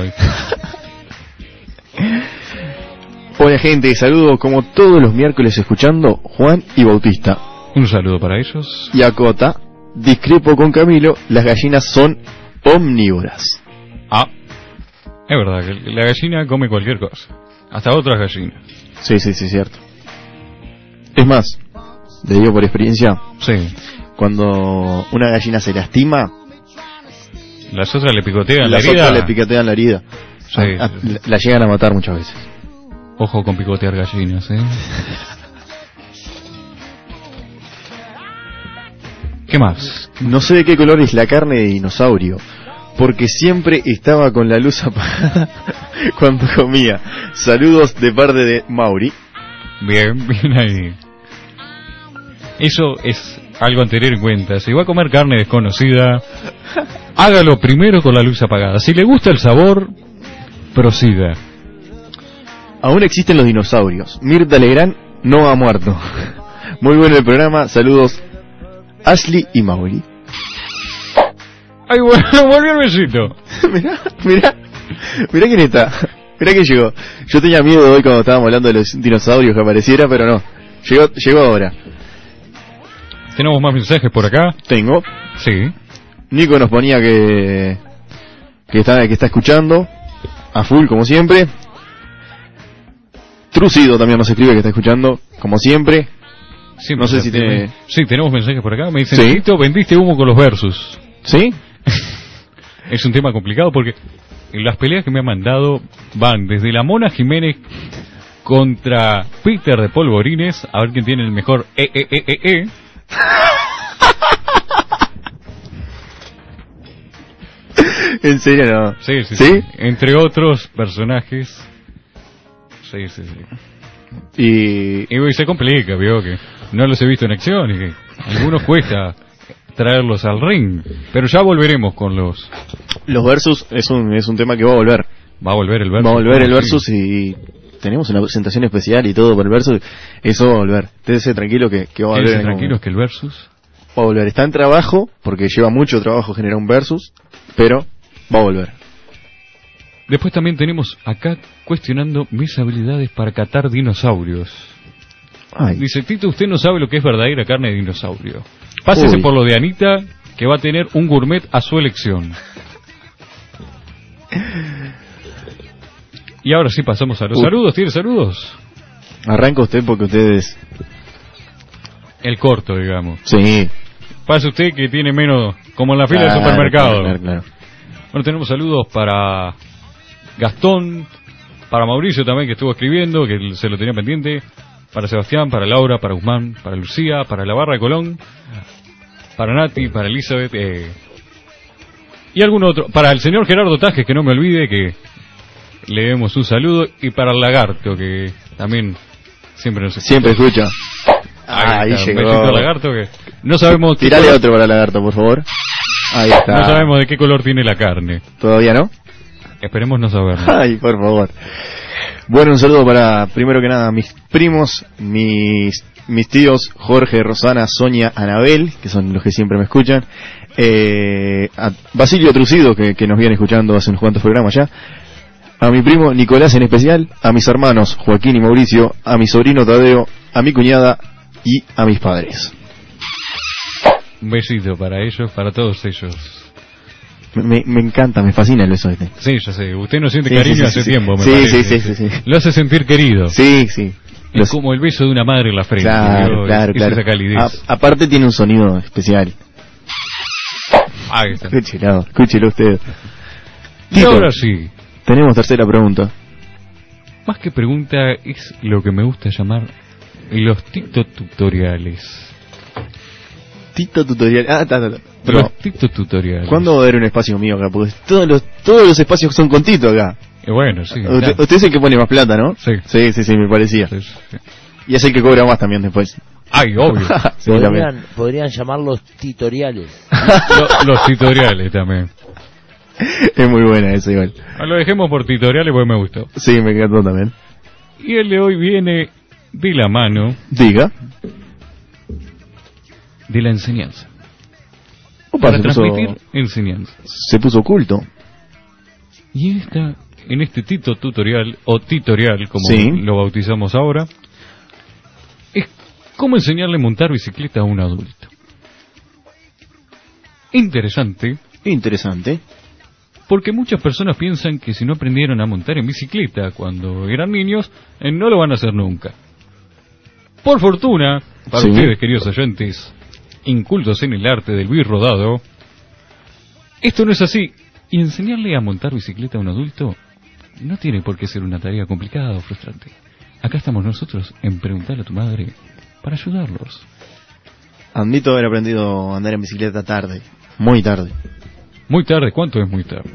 Speaker 3: Hola gente, saludos como todos los miércoles escuchando Juan y Bautista.
Speaker 2: Un saludo para ellos.
Speaker 3: Y acota, discrepo con Camilo, las gallinas son omnívoras.
Speaker 2: Ah, es verdad que la gallina come cualquier cosa. Hasta otras gallinas.
Speaker 3: Sí, sí, sí, cierto. Es más, le digo por experiencia,
Speaker 2: Sí.
Speaker 3: cuando una gallina se lastima,
Speaker 2: Las otras le picotean la
Speaker 3: las
Speaker 2: herida.
Speaker 3: otras le Ah, picatean la herida.
Speaker 2: Sí.
Speaker 3: A- a- la- la llegan a matar muchas veces.
Speaker 2: Ojo con picotear gallinas, ¿eh? ¿Qué más?
Speaker 3: No sé de qué color es la carne de dinosaurio, porque siempre estaba con la luz apagada cuando comía. Saludos de parte de Mauri.
Speaker 2: Bien, bien ahí. Eso es algo a tener en cuenta. Si va a comer carne desconocida, hágalo primero con la luz apagada. Si le gusta el sabor, procida.
Speaker 3: Aún existen los dinosaurios. Mirta Legrand no ha muerto. Muy bueno el programa. Saludos Ashley y Mauri.
Speaker 2: ¡Ay, bueno! Volvió el besito.
Speaker 3: mirá, mirá, mirá quién está. Mirá que llegó. Yo tenía miedo hoy cuando estábamos hablando de los dinosaurios que apareciera, pero no. Llegó, llegó ahora.
Speaker 2: Tenemos más mensajes por acá.
Speaker 3: Tengo.
Speaker 2: Sí.
Speaker 3: Nico nos ponía que que está que está escuchando a full como siempre. Trucido también nos escribe que está escuchando como siempre.
Speaker 2: Sí,
Speaker 3: No sé si tiene-
Speaker 2: Sí, tenemos mensajes por acá. Me dicen,
Speaker 3: Sí.
Speaker 2: "Tito, vendiste humo con los versus.
Speaker 3: ¿Sí?
Speaker 2: Es un tema complicado porque las peleas que me han mandado van desde la Mona Jiménez contra Peter de Polvorines, a ver quién tiene el mejor e e e e e.
Speaker 3: En serio no.
Speaker 2: Sí, sí, sí.
Speaker 3: ¿Sí?
Speaker 2: Entre otros personajes. Sí, sí, sí.
Speaker 3: Y
Speaker 2: Y, bueno, se complica, vio que no los he visto en acción y que algunos cuesta traerlos al ring, pero ya volveremos con los
Speaker 3: los versus es un es un tema que va a volver.
Speaker 2: va a volver el versus.
Speaker 3: Va a volver el
Speaker 2: Sí.
Speaker 3: versus y tenemos una presentación especial y todo por el versus. Eso va a volver. Quédese tranquilo que, que va a volver.
Speaker 2: Quédense
Speaker 3: en algún
Speaker 2: tranquilos que el versus
Speaker 3: momento. Va a volver. Está en trabajo porque lleva mucho trabajo generar un versus, pero va a volver.
Speaker 2: Después también tenemos acá cuestionando mis habilidades para catar dinosaurios.
Speaker 3: Ay.
Speaker 2: Dice, Tito, usted no sabe lo que es verdadera carne de dinosaurio. Pásese
Speaker 3: Uy.
Speaker 2: por lo de Anita, que va a tener un gourmet a su elección. Y ahora sí pasamos a los
Speaker 3: Uy.
Speaker 2: saludos. ¿Tiene saludos?
Speaker 3: Arranca usted porque ustedes.
Speaker 2: El corto, digamos.
Speaker 3: Sí.
Speaker 2: Pase usted que tiene menos, como en la fila del
Speaker 3: Claro,
Speaker 2: supermercado.
Speaker 3: claro, claro.
Speaker 2: Bueno, tenemos saludos para Gastón, para Mauricio también que estuvo escribiendo, que se lo tenía pendiente, para Sebastián, para Laura, para Guzmán, para Lucía, para la barra de Colón, para Nati, para Elizabeth eh, y algún otro, para el señor Gerardo Tajes que no me olvide que le demos un saludo y para el lagarto que también siempre nos
Speaker 3: Siempre escucha. Ah,
Speaker 2: Ahí,
Speaker 3: Ahí
Speaker 2: está, un
Speaker 3: llegó.
Speaker 2: besito al lagarto que no sabemos qué
Speaker 3: Tirale
Speaker 2: color-
Speaker 3: otro Ah. para el lagarto, por favor. Ahí está.
Speaker 2: no sabemos de qué color tiene la carne.
Speaker 3: ¿Todavía no?
Speaker 2: Esperemos no saberlo.
Speaker 3: Ay, por favor. Bueno, un saludo para, primero que nada, mis primos, mis, mis tíos, Jorge, Rosana, Sonia, Anabel, que son los que siempre me escuchan. Eh, a Basilio Trucido, que, que nos viene escuchando hace unos cuantos programas ya. A mi primo Nicolás en especial, a mis hermanos Joaquín y Mauricio, a mi sobrino Tadeo, a mi cuñada y a mis padres.
Speaker 2: Un besito para ellos, para todos ellos.
Speaker 3: Me- Me, me encanta, me fascina el beso este.
Speaker 2: Sí, ya sé, usted no siente
Speaker 3: Sí,
Speaker 2: cariño
Speaker 3: sí, sí,
Speaker 2: hace
Speaker 3: sí.
Speaker 2: tiempo, me
Speaker 3: Sí,
Speaker 2: parece.
Speaker 3: sí, sí, sí, sí.
Speaker 2: Lo hace sentir querido.
Speaker 3: Sí, sí.
Speaker 2: Es como el beso de una madre en la frente.
Speaker 3: Claro,
Speaker 2: ¿vio?
Speaker 3: claro,
Speaker 2: Es
Speaker 3: claro.
Speaker 2: Esa calidez.
Speaker 3: A- aparte tiene un sonido especial.
Speaker 2: Ahí está.
Speaker 3: Escúchelo, escúchelo usted.
Speaker 2: Y
Speaker 3: Tito,
Speaker 2: ahora sí,
Speaker 3: tenemos tercera pregunta.
Speaker 2: más que pregunta, es lo que me gusta llamar los TikTok tutoriales.
Speaker 3: Tito Tutorial. Ah, está, está, está. Pero,
Speaker 2: Los TikTok tutoriales.
Speaker 3: ¿cuándo va a haber un espacio mío acá? Porque todos los, todos los espacios son con Tito acá.
Speaker 2: Eh, bueno, sí.
Speaker 3: Usted,
Speaker 2: claro.
Speaker 3: usted es el que pone más plata, ¿no?
Speaker 2: Sí.
Speaker 3: Sí, sí, sí, me parecía.
Speaker 2: Sí, sí, sí.
Speaker 3: Y es el que cobra más también después.
Speaker 2: Ay, obvio.
Speaker 3: Sí, también.
Speaker 4: Podrían, podrían llamarlos tutoriales.
Speaker 2: Lo- los tutoriales también.
Speaker 3: Es muy buena esa igual.
Speaker 2: Ah, Lo dejemos por tutoriales porque me gustó.
Speaker 3: Sí, me encantó también.
Speaker 2: Y el de hoy viene de la mano
Speaker 3: Diga.
Speaker 2: de la enseñanza.
Speaker 3: Opa,
Speaker 2: Para
Speaker 3: se puso,
Speaker 2: transmitir enseñanza.
Speaker 3: se puso oculto.
Speaker 2: Y en esta, en este Tito tutorial, o tutorial como
Speaker 3: Sí.
Speaker 2: lo bautizamos ahora, es cómo enseñarle a montar bicicleta a un adulto. Interesante,
Speaker 3: Interesante.
Speaker 2: porque muchas personas piensan que si no aprendieron a montar en bicicleta cuando eran niños, eh, no lo van a hacer nunca. Por fortuna, para
Speaker 3: Sí.
Speaker 2: ustedes, queridos oyentes, incultos en el arte del vir rodado, esto no es así. Y enseñarle a montar bicicleta a un adulto no tiene por qué ser una tarea complicada o frustrante. Acá estamos nosotros en preguntar a tu madre para ayudarlos.
Speaker 3: Admito haber aprendido a andar en bicicleta tarde. Muy tarde.
Speaker 2: Muy tarde, ¿cuánto es muy tarde?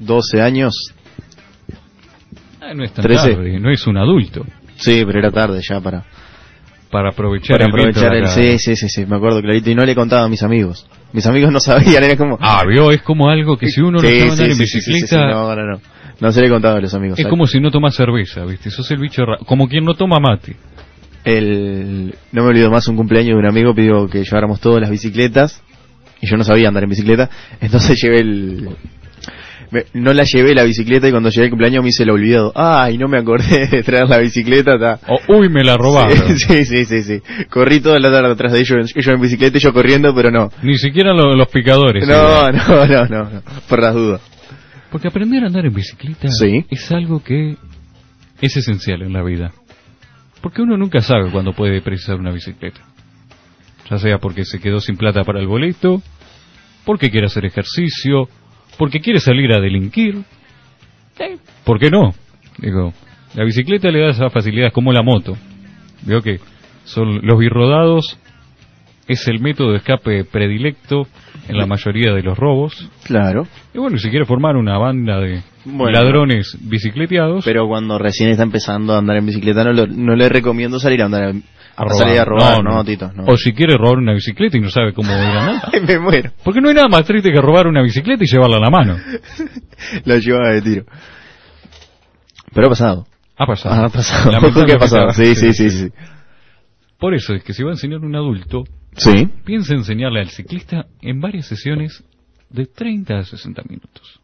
Speaker 3: 12 años.
Speaker 2: Ah, no es tan
Speaker 3: Trece.
Speaker 2: tarde, no es un adulto.
Speaker 3: Sí, pero era tarde ya para,
Speaker 2: Para aprovechar
Speaker 3: para
Speaker 2: el viento
Speaker 3: aprovechar
Speaker 2: de
Speaker 3: el...
Speaker 2: la-
Speaker 3: Sí, sí, sí, sí, me acuerdo clarito. Y no le contaba a mis amigos. Mis amigos no sabían, era como...
Speaker 2: Ah, vio, es como algo que si uno no
Speaker 3: Sí,
Speaker 2: sabe
Speaker 3: sí,
Speaker 2: andar en
Speaker 3: sí, sí, sí, sí,
Speaker 2: bicicleta,
Speaker 3: sí, no, no, no. No se le contaba a los amigos.
Speaker 2: es como si no tomas cerveza, ¿viste? Sos el bicho raro, como quien no toma mate.
Speaker 3: El... No me olvido más un cumpleaños de un amigo pidió que lleváramos todas las bicicletas. Y yo no sabía andar en bicicleta. Entonces llevé el... me- No la llevé la bicicleta y cuando llegué al cumpleaños me hice el olvidado. Ay, no me acordé de traer la bicicleta. ta.
Speaker 2: O, uy, me la robaron.
Speaker 3: Sí, sí, sí, sí. Corrí toda la tarde atrás de ellos, ellos en bicicleta y yo corriendo, pero no.
Speaker 2: Ni siquiera lo- los picadores.
Speaker 3: No,
Speaker 2: eh.
Speaker 3: no, no, no, no. por las dudas.
Speaker 2: Porque aprender a andar en bicicleta
Speaker 3: Sí.
Speaker 2: es algo que es esencial en la vida. Porque uno nunca sabe cuándo puede precisar una bicicleta. Ya sea porque se quedó sin plata para el boleto, porque quiere hacer ejercicio, porque quiere salir a delinquir. Eh, ¿Por qué no? Digo, la bicicleta le da esas facilidades como la moto. Veo que son los birrodados es el método de escape predilecto en la mayoría de los robos.
Speaker 3: Claro.
Speaker 2: Y bueno, y si quiere formar una banda de
Speaker 3: Bueno.
Speaker 2: ladrones bicicleteados,
Speaker 3: Pero cuando recién está empezando a andar en bicicleta, no, lo- no le recomiendo salir a andar en- a, salir a robar, no, Tito, no.
Speaker 2: O si quiere robar una bicicleta y no sabe cómo ir a andar.
Speaker 3: Ay, me muero.
Speaker 2: Porque no hay nada más triste que robar una bicicleta y llevarla a la mano.
Speaker 3: Lo llevaba de tiro. Pero ha pasado.
Speaker 2: Ha pasado.
Speaker 3: Ah, ha pasado.
Speaker 2: Lamentable
Speaker 3: ¿Qué ha pasado?
Speaker 2: que
Speaker 3: Sí,
Speaker 2: sea.
Speaker 3: sí, sí, sí.
Speaker 2: Por eso es que si va a enseñar a un adulto,
Speaker 3: Sí.
Speaker 2: piensa enseñarle al ciclista en varias sesiones de 30 a 60 minutos.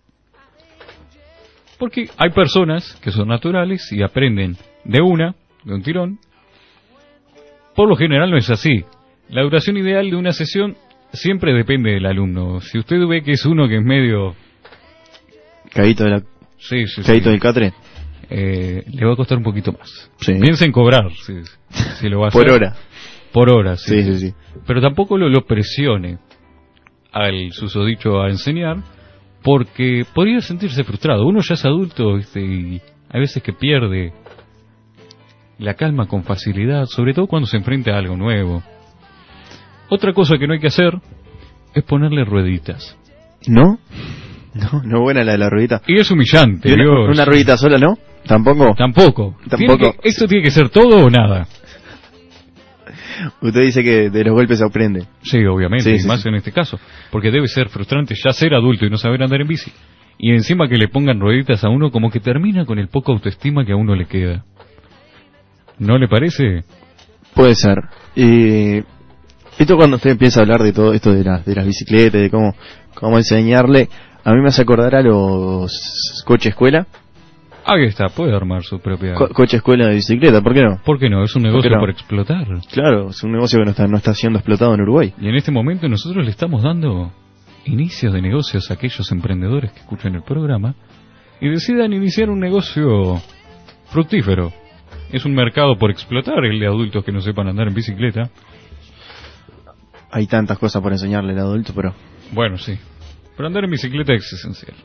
Speaker 2: Porque hay personas que son naturales y aprenden de una, de un tirón. Por lo general no es así. La duración ideal de una sesión siempre depende del alumno. Si usted ve que es uno que es medio...
Speaker 3: Caíto, de la,
Speaker 2: Sí, sí, sí,
Speaker 3: caíto del catre.
Speaker 2: eh, le va a costar un poquito más.
Speaker 3: Sí.
Speaker 2: Piensa en cobrar, si, si lo va a
Speaker 3: Por
Speaker 2: hacer.
Speaker 3: hora.
Speaker 2: Por hora, sí.
Speaker 3: Sí, sí, sí.
Speaker 2: pero tampoco lo, lo presione al susodicho a enseñar, porque podría sentirse frustrado. Uno ya es adulto ¿viste? y hay veces que pierde la calma con facilidad, sobre todo cuando se enfrenta a algo nuevo. Otra cosa que no hay que hacer es ponerle rueditas.
Speaker 3: ¿No? No, no buena la de la ruedita.
Speaker 2: Y es humillante,
Speaker 3: Y una,
Speaker 2: Dios.
Speaker 3: una ruedita sola, ¿no? Tampoco.
Speaker 2: Tampoco. Tiene
Speaker 3: Tampoco.
Speaker 2: que- esto tiene que ser todo o nada.
Speaker 3: Usted dice que de los golpes se aprende.
Speaker 2: Sí, obviamente,
Speaker 3: Sí,
Speaker 2: y
Speaker 3: sí,
Speaker 2: más
Speaker 3: sí.
Speaker 2: en este caso, porque debe ser frustrante ya ser adulto y no saber andar en bici. Y encima que le pongan rueditas a uno como que termina con el poco autoestima que a uno le queda. ¿No le parece?
Speaker 3: Puede ser. Eh, esto cuando usted empieza a hablar de todo esto de, las de las bicicletas, de cómo, cómo enseñarle, a mí me hace acordar a los coche escuela.
Speaker 2: Ahí está, puede armar su propia...
Speaker 3: Co- coche escuela de bicicleta, ¿por qué no?
Speaker 2: ¿Por qué no? Es un
Speaker 3: ¿Por qué
Speaker 2: negocio
Speaker 3: no?
Speaker 2: por explotar.
Speaker 3: Claro, es un negocio que no está, no está siendo explotado en Uruguay.
Speaker 2: Y en este momento nosotros le estamos dando inicios de negocios a aquellos emprendedores que escuchan el programa y decidan iniciar un negocio fructífero. Es un mercado por explotar el de adultos que no sepan andar en bicicleta.
Speaker 3: Hay tantas cosas por enseñarle al adulto, pero
Speaker 2: Bueno, sí. Pero andar en bicicleta es esencial.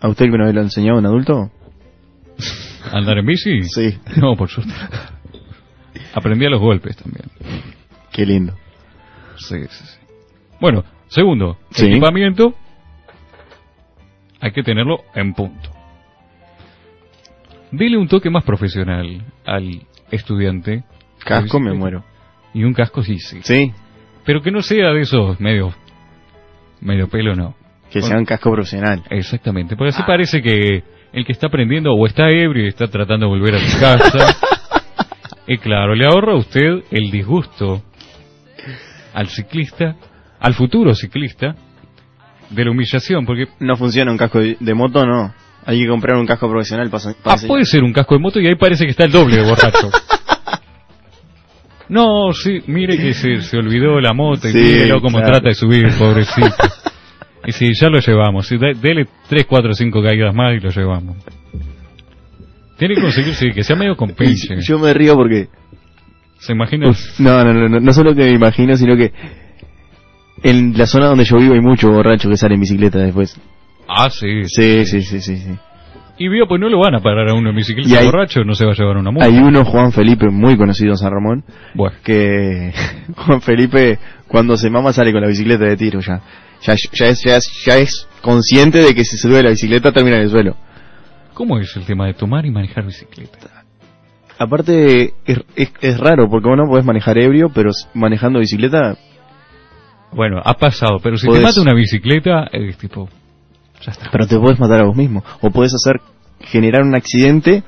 Speaker 3: ¿A usted que una vez lo ha enseñado un adulto?
Speaker 2: ¿Andar en bici?
Speaker 3: Sí.
Speaker 2: No, por suerte. Aprendí a los golpes también.
Speaker 3: Qué lindo.
Speaker 2: Sí, sí, sí. Bueno, segundo,
Speaker 3: Sí.
Speaker 2: equipamiento hay que tenerlo en punto. Dile un toque más profesional al estudiante.
Speaker 3: Casco, me
Speaker 2: Bicicleta.
Speaker 3: muero.
Speaker 2: Y un casco sí, sí.
Speaker 3: Sí,
Speaker 2: Pero que no sea de esos medios, medio pelo no.
Speaker 3: que sea un casco profesional.
Speaker 2: Exactamente, porque así parece que el que está aprendiendo o está ebrio y está tratando de volver a su casa. y claro, le ahorra a usted el disgusto al ciclista, al futuro ciclista, de la humillación, porque
Speaker 3: No funciona un casco de, de moto, no. Hay que comprar un casco profesional para
Speaker 2: ah, puede ser un casco de moto y ahí parece que está el doble de borracho. No, sí, mire que se, se olvidó la moto y
Speaker 3: Sí,
Speaker 2: mírelo cómo
Speaker 3: claro.
Speaker 2: trata de subir, pobrecito. Y si ya lo llevamos, sí, de- dele 3, 4, 5 caídas más y lo llevamos. Tiene que conseguir, sí, que sea medio
Speaker 3: pues,
Speaker 2: compenche.
Speaker 3: Yo me río porque
Speaker 2: ¿Se imagina?
Speaker 3: No, no, no, no, no solo que me imagino, sino que en la zona donde yo vivo hay mucho borracho que sale en bicicleta después.
Speaker 2: Ah, sí.
Speaker 3: Sí, sí, sí, sí. sí.
Speaker 2: Y vio, pues no lo van a parar a uno en
Speaker 3: Y
Speaker 2: bicicleta
Speaker 3: hay-
Speaker 2: borracho, no se va a llevar una moto.
Speaker 3: Hay uno, Juan Felipe, muy conocido en San Ramón,
Speaker 2: Bueno,
Speaker 3: que Juan Felipe cuando se mama sale con la bicicleta de tiro ya. Ya, ya, es, ya, es, ya es consciente de que si se sube la bicicleta termina en el suelo.
Speaker 2: ¿cómo es el tema de tomar y manejar bicicleta?
Speaker 3: Aparte es, es, es raro porque vos no podés manejar ebrio, pero s- manejando bicicleta
Speaker 2: Bueno, ha pasado, pero si
Speaker 3: Podés-
Speaker 2: te mata una bicicleta, es tipo, ya está.
Speaker 3: Pero te puedes matar a vos mismo. O puedes hacer generar un accidente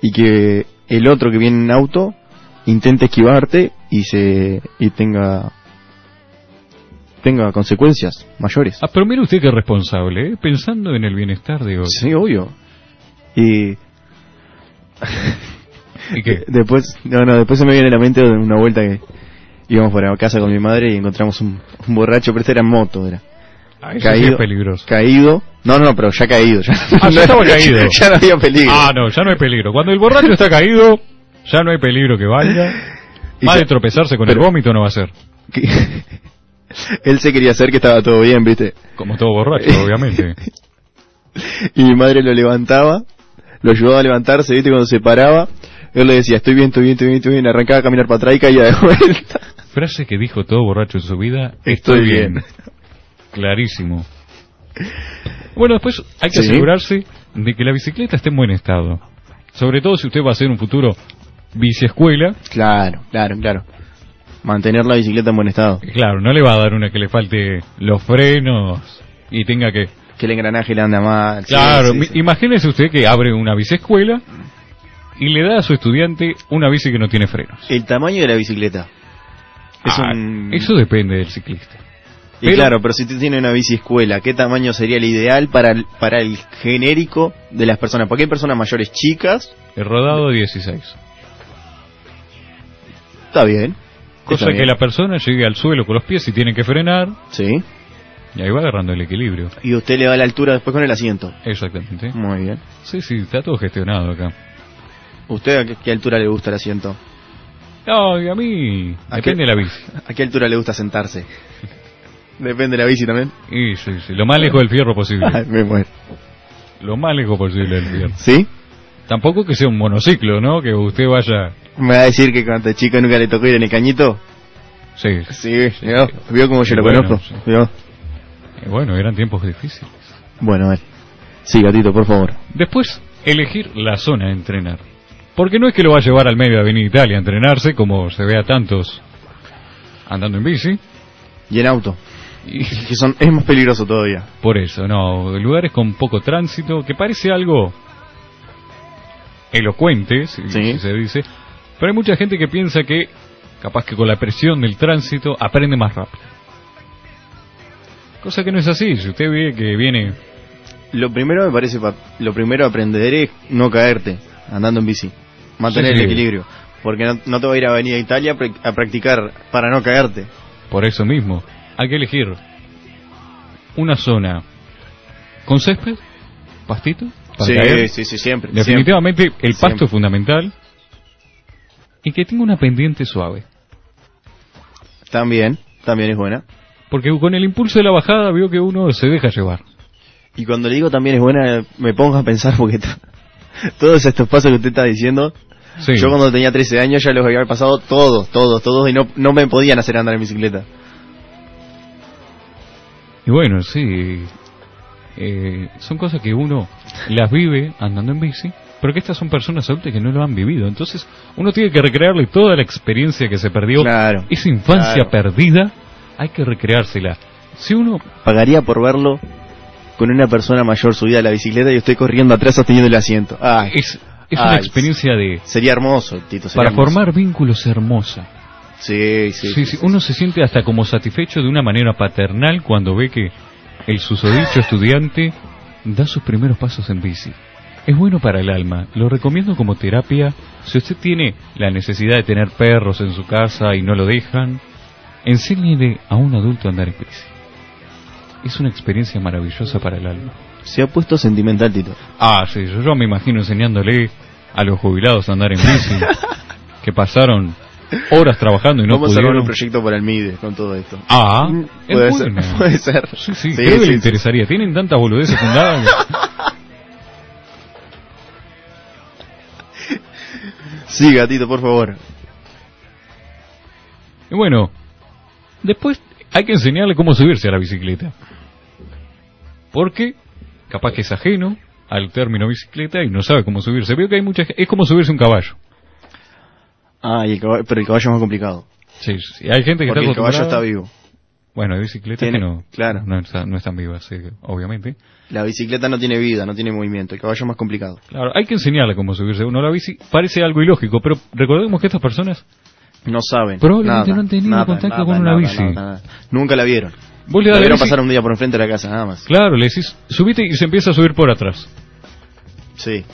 Speaker 3: y que el otro que viene en auto intente esquivarte y se y tenga tenga consecuencias mayores.
Speaker 2: Ah, pero mire usted que responsable, ¿eh? pensando en el bienestar de hoy.
Speaker 3: Sí, obvio. Y
Speaker 2: ¿Y
Speaker 3: eh,
Speaker 2: qué?
Speaker 3: después no, no, después se me viene a la mente de una vuelta que íbamos para casa con mi madre y encontramos un, un borracho, pero este era en moto, era.
Speaker 2: Ah, eso sí es peligroso.
Speaker 3: Caído. No, no, pero ya caído, ya.
Speaker 2: Ah, ya estaba caído.
Speaker 3: Ya no había peligro.
Speaker 2: Ah, no, ya no hay peligro. Cuando el borracho está caído, ya no hay peligro que vaya.
Speaker 3: Y
Speaker 2: Más
Speaker 3: ya-
Speaker 2: de tropezarse con
Speaker 3: pero-
Speaker 2: el vómito no va a ser.
Speaker 3: que- él se quería hacer que estaba todo bien, ¿viste?
Speaker 2: Como todo borracho, obviamente.
Speaker 3: Y mi madre lo levantaba, lo ayudaba a levantarse, ¿viste? Cuando se paraba, él le decía, estoy bien, estoy bien, estoy bien, estoy bien, arrancaba a caminar para atrás y caía de vuelta.
Speaker 2: Frase que dijo todo borracho en su vida,
Speaker 3: Estoy bien.
Speaker 2: Clarísimo. Bueno, después hay que
Speaker 3: Sí.
Speaker 2: asegurarse de que la bicicleta esté en buen estado. Sobre todo si usted va a hacer un futuro biciescuela,
Speaker 3: Claro, claro, claro. Mantener la bicicleta en buen estado.
Speaker 2: Y Claro, no le va a dar una que le falte los frenos y tenga que...
Speaker 3: Que el engranaje le anda mal. sí,
Speaker 2: Claro,
Speaker 3: sí,
Speaker 2: mi-
Speaker 3: sí.
Speaker 2: imagínese usted que abre una biciescuela y le da a su estudiante una bici que no tiene frenos.
Speaker 3: El tamaño de la bicicleta. Es
Speaker 2: Ah,
Speaker 3: un-
Speaker 2: Eso depende del ciclista.
Speaker 3: Y
Speaker 2: pero-
Speaker 3: claro, pero si usted tiene una bici escuela, ¿qué tamaño sería el ideal para el, para el genérico de las personas? Porque hay personas mayores chicas,
Speaker 2: El rodado 16.
Speaker 3: está bien.
Speaker 2: Cosa
Speaker 3: está
Speaker 2: que
Speaker 3: bien,
Speaker 2: la persona llegue al suelo con los pies y tiene que frenar
Speaker 3: Sí.
Speaker 2: y ahí va agarrando el equilibrio.
Speaker 3: Y usted le da la altura después con el asiento.
Speaker 2: Exactamente.
Speaker 3: Muy bien.
Speaker 2: Sí, sí, está todo gestionado acá.
Speaker 3: ¿Usted a qué, qué altura le gusta el asiento?
Speaker 2: No, y a mí
Speaker 3: ¿A
Speaker 2: depende
Speaker 3: qué?
Speaker 2: de la bici.
Speaker 3: ¿A qué altura le gusta sentarse? Depende de la bici también.
Speaker 2: Y sí, sí, lo más lejos del fierro posible.
Speaker 3: Ay, me muero.
Speaker 2: Lo más lejos posible del fierro.
Speaker 3: ¿Sí?
Speaker 2: Tampoco que sea un monociclo, ¿no? Que usted vaya...
Speaker 3: ¿Me va a decir que cuando este chico nunca le tocó ir en el cañito?
Speaker 2: Sí.
Speaker 3: Sí, ¿vio? ¿Vio cómo yo lo
Speaker 2: Bueno,
Speaker 3: conozco?
Speaker 2: sí.
Speaker 3: ¿Vio?
Speaker 2: Eh, Bueno, eran tiempos difíciles.
Speaker 3: Bueno, a ver. Sí, gatito, por favor.
Speaker 2: Después, elegir la zona de entrenar. Porque no es que lo va a llevar al medio de Avenida Italia a entrenarse, como se ve a tantos andando en bici.
Speaker 3: Y en auto.
Speaker 2: Y
Speaker 3: Que son, es más peligroso todavía.
Speaker 2: por eso, no, lugares con poco tránsito, que parece algo elocuente, si,
Speaker 3: Sí.
Speaker 2: si se dice. Pero hay mucha gente que piensa que, capaz que con la presión del tránsito, aprende más rápido. Cosa que no es así. Si usted ve que viene
Speaker 3: Lo primero me parece, pa- lo primero a aprender es no caerte andando en bici, mantener
Speaker 2: Sí, sí.
Speaker 3: el equilibrio, porque no, no te va a ir a Avenida Italia a prac- a practicar para no caerte.
Speaker 2: Por eso mismo, hay que elegir una zona con césped, pastito, para
Speaker 3: Sí,
Speaker 2: caer.
Speaker 3: sí, sí, siempre. siempre.
Speaker 2: Definitivamente el pasto
Speaker 3: Siempre.
Speaker 2: es fundamental y que tenga una pendiente suave.
Speaker 3: También, también es buena.
Speaker 2: Porque con el impulso de la bajada vio que uno se deja llevar.
Speaker 3: Y cuando le digo también es buena, me pongo a pensar porque to- todos estos pasos que usted está diciendo,
Speaker 2: Sí.
Speaker 3: yo cuando tenía 13 años ya los había pasado todos, todos, todos y no, no me podían hacer andar en bicicleta.
Speaker 2: Y bueno, sí. eh, son cosas que uno las vive andando en bici, pero que estas son personas adultas que no lo han vivido. Entonces, uno tiene que recrearle toda la experiencia que se perdió.
Speaker 3: Claro,
Speaker 2: Esa infancia
Speaker 3: claro.
Speaker 2: perdida, hay que recreársela. Si uno.
Speaker 3: Pagaría por verlo con una persona mayor subida a la bicicleta y estoy corriendo atrás sosteniendo el asiento. Ay,
Speaker 2: Es, es una
Speaker 3: Ay,
Speaker 2: experiencia de.
Speaker 3: sería hermoso, Tito. Sería
Speaker 2: Para
Speaker 3: hermoso.
Speaker 2: formar vínculos hermosa.
Speaker 3: Sí, sí.
Speaker 2: Sí, sí, uno se siente hasta como satisfecho de una manera paternal cuando ve que el susodicho estudiante da sus primeros pasos en bici. Es bueno para el alma, lo recomiendo como terapia. Si usted tiene la necesidad de tener perros en su casa y no lo dejan, enséñele a un adulto a andar en bici. Es una experiencia maravillosa para el alma.
Speaker 3: Se ha puesto sentimental, Tito.
Speaker 2: Ah, sí, yo, yo me imagino enseñándole a los jubilados a andar en bici, que pasaron horas trabajando y no
Speaker 3: Vamos a armar un
Speaker 2: pudieron.
Speaker 3: proyecto para el MIDE con todo esto. Mm,
Speaker 2: Ah, es
Speaker 3: puede ser,
Speaker 2: buena.
Speaker 3: puede ser.
Speaker 2: Sí, sí,
Speaker 3: Sí,
Speaker 2: creo que
Speaker 3: sí,
Speaker 2: le
Speaker 3: sí.
Speaker 2: interesaría. Tienen tantas boludeces fundadas.
Speaker 3: Sí, gatito, por favor.
Speaker 2: Y bueno, después hay que enseñarle cómo subirse a la bicicleta. Porque capaz que es ajeno al término bicicleta y no sabe cómo subirse. Veo que hay mucha ge- Es como subirse a un caballo.
Speaker 3: Ah, y el caballo- pero el caballo es más complicado.
Speaker 2: Sí, sí, hay gente que
Speaker 3: Porque
Speaker 2: está
Speaker 3: el caballo
Speaker 2: acostumbrada-
Speaker 3: está vivo.
Speaker 2: Bueno, hay bicicletas
Speaker 3: Tiene-
Speaker 2: que no,
Speaker 3: claro.
Speaker 2: no, está- no están vivas, sí, obviamente.
Speaker 3: La bicicleta no tiene vida, no tiene movimiento. El caballo es más complicado.
Speaker 2: Claro, hay que enseñarle cómo subirse uno a la bici. Parece algo ilógico, pero recordemos que estas personas
Speaker 3: No saben.
Speaker 2: Probablemente
Speaker 3: nada,
Speaker 2: no han tenido
Speaker 3: nada,
Speaker 2: contacto
Speaker 3: nada,
Speaker 2: con una
Speaker 3: nada,
Speaker 2: bici.
Speaker 3: nada, nada. Nunca la vieron.
Speaker 2: Vos le
Speaker 3: La
Speaker 2: das la
Speaker 3: vieron
Speaker 2: bici-
Speaker 3: pasar un día por enfrente de la casa, nada más.
Speaker 2: Claro, le decís, subite y se empieza a subir por atrás.
Speaker 3: Sí.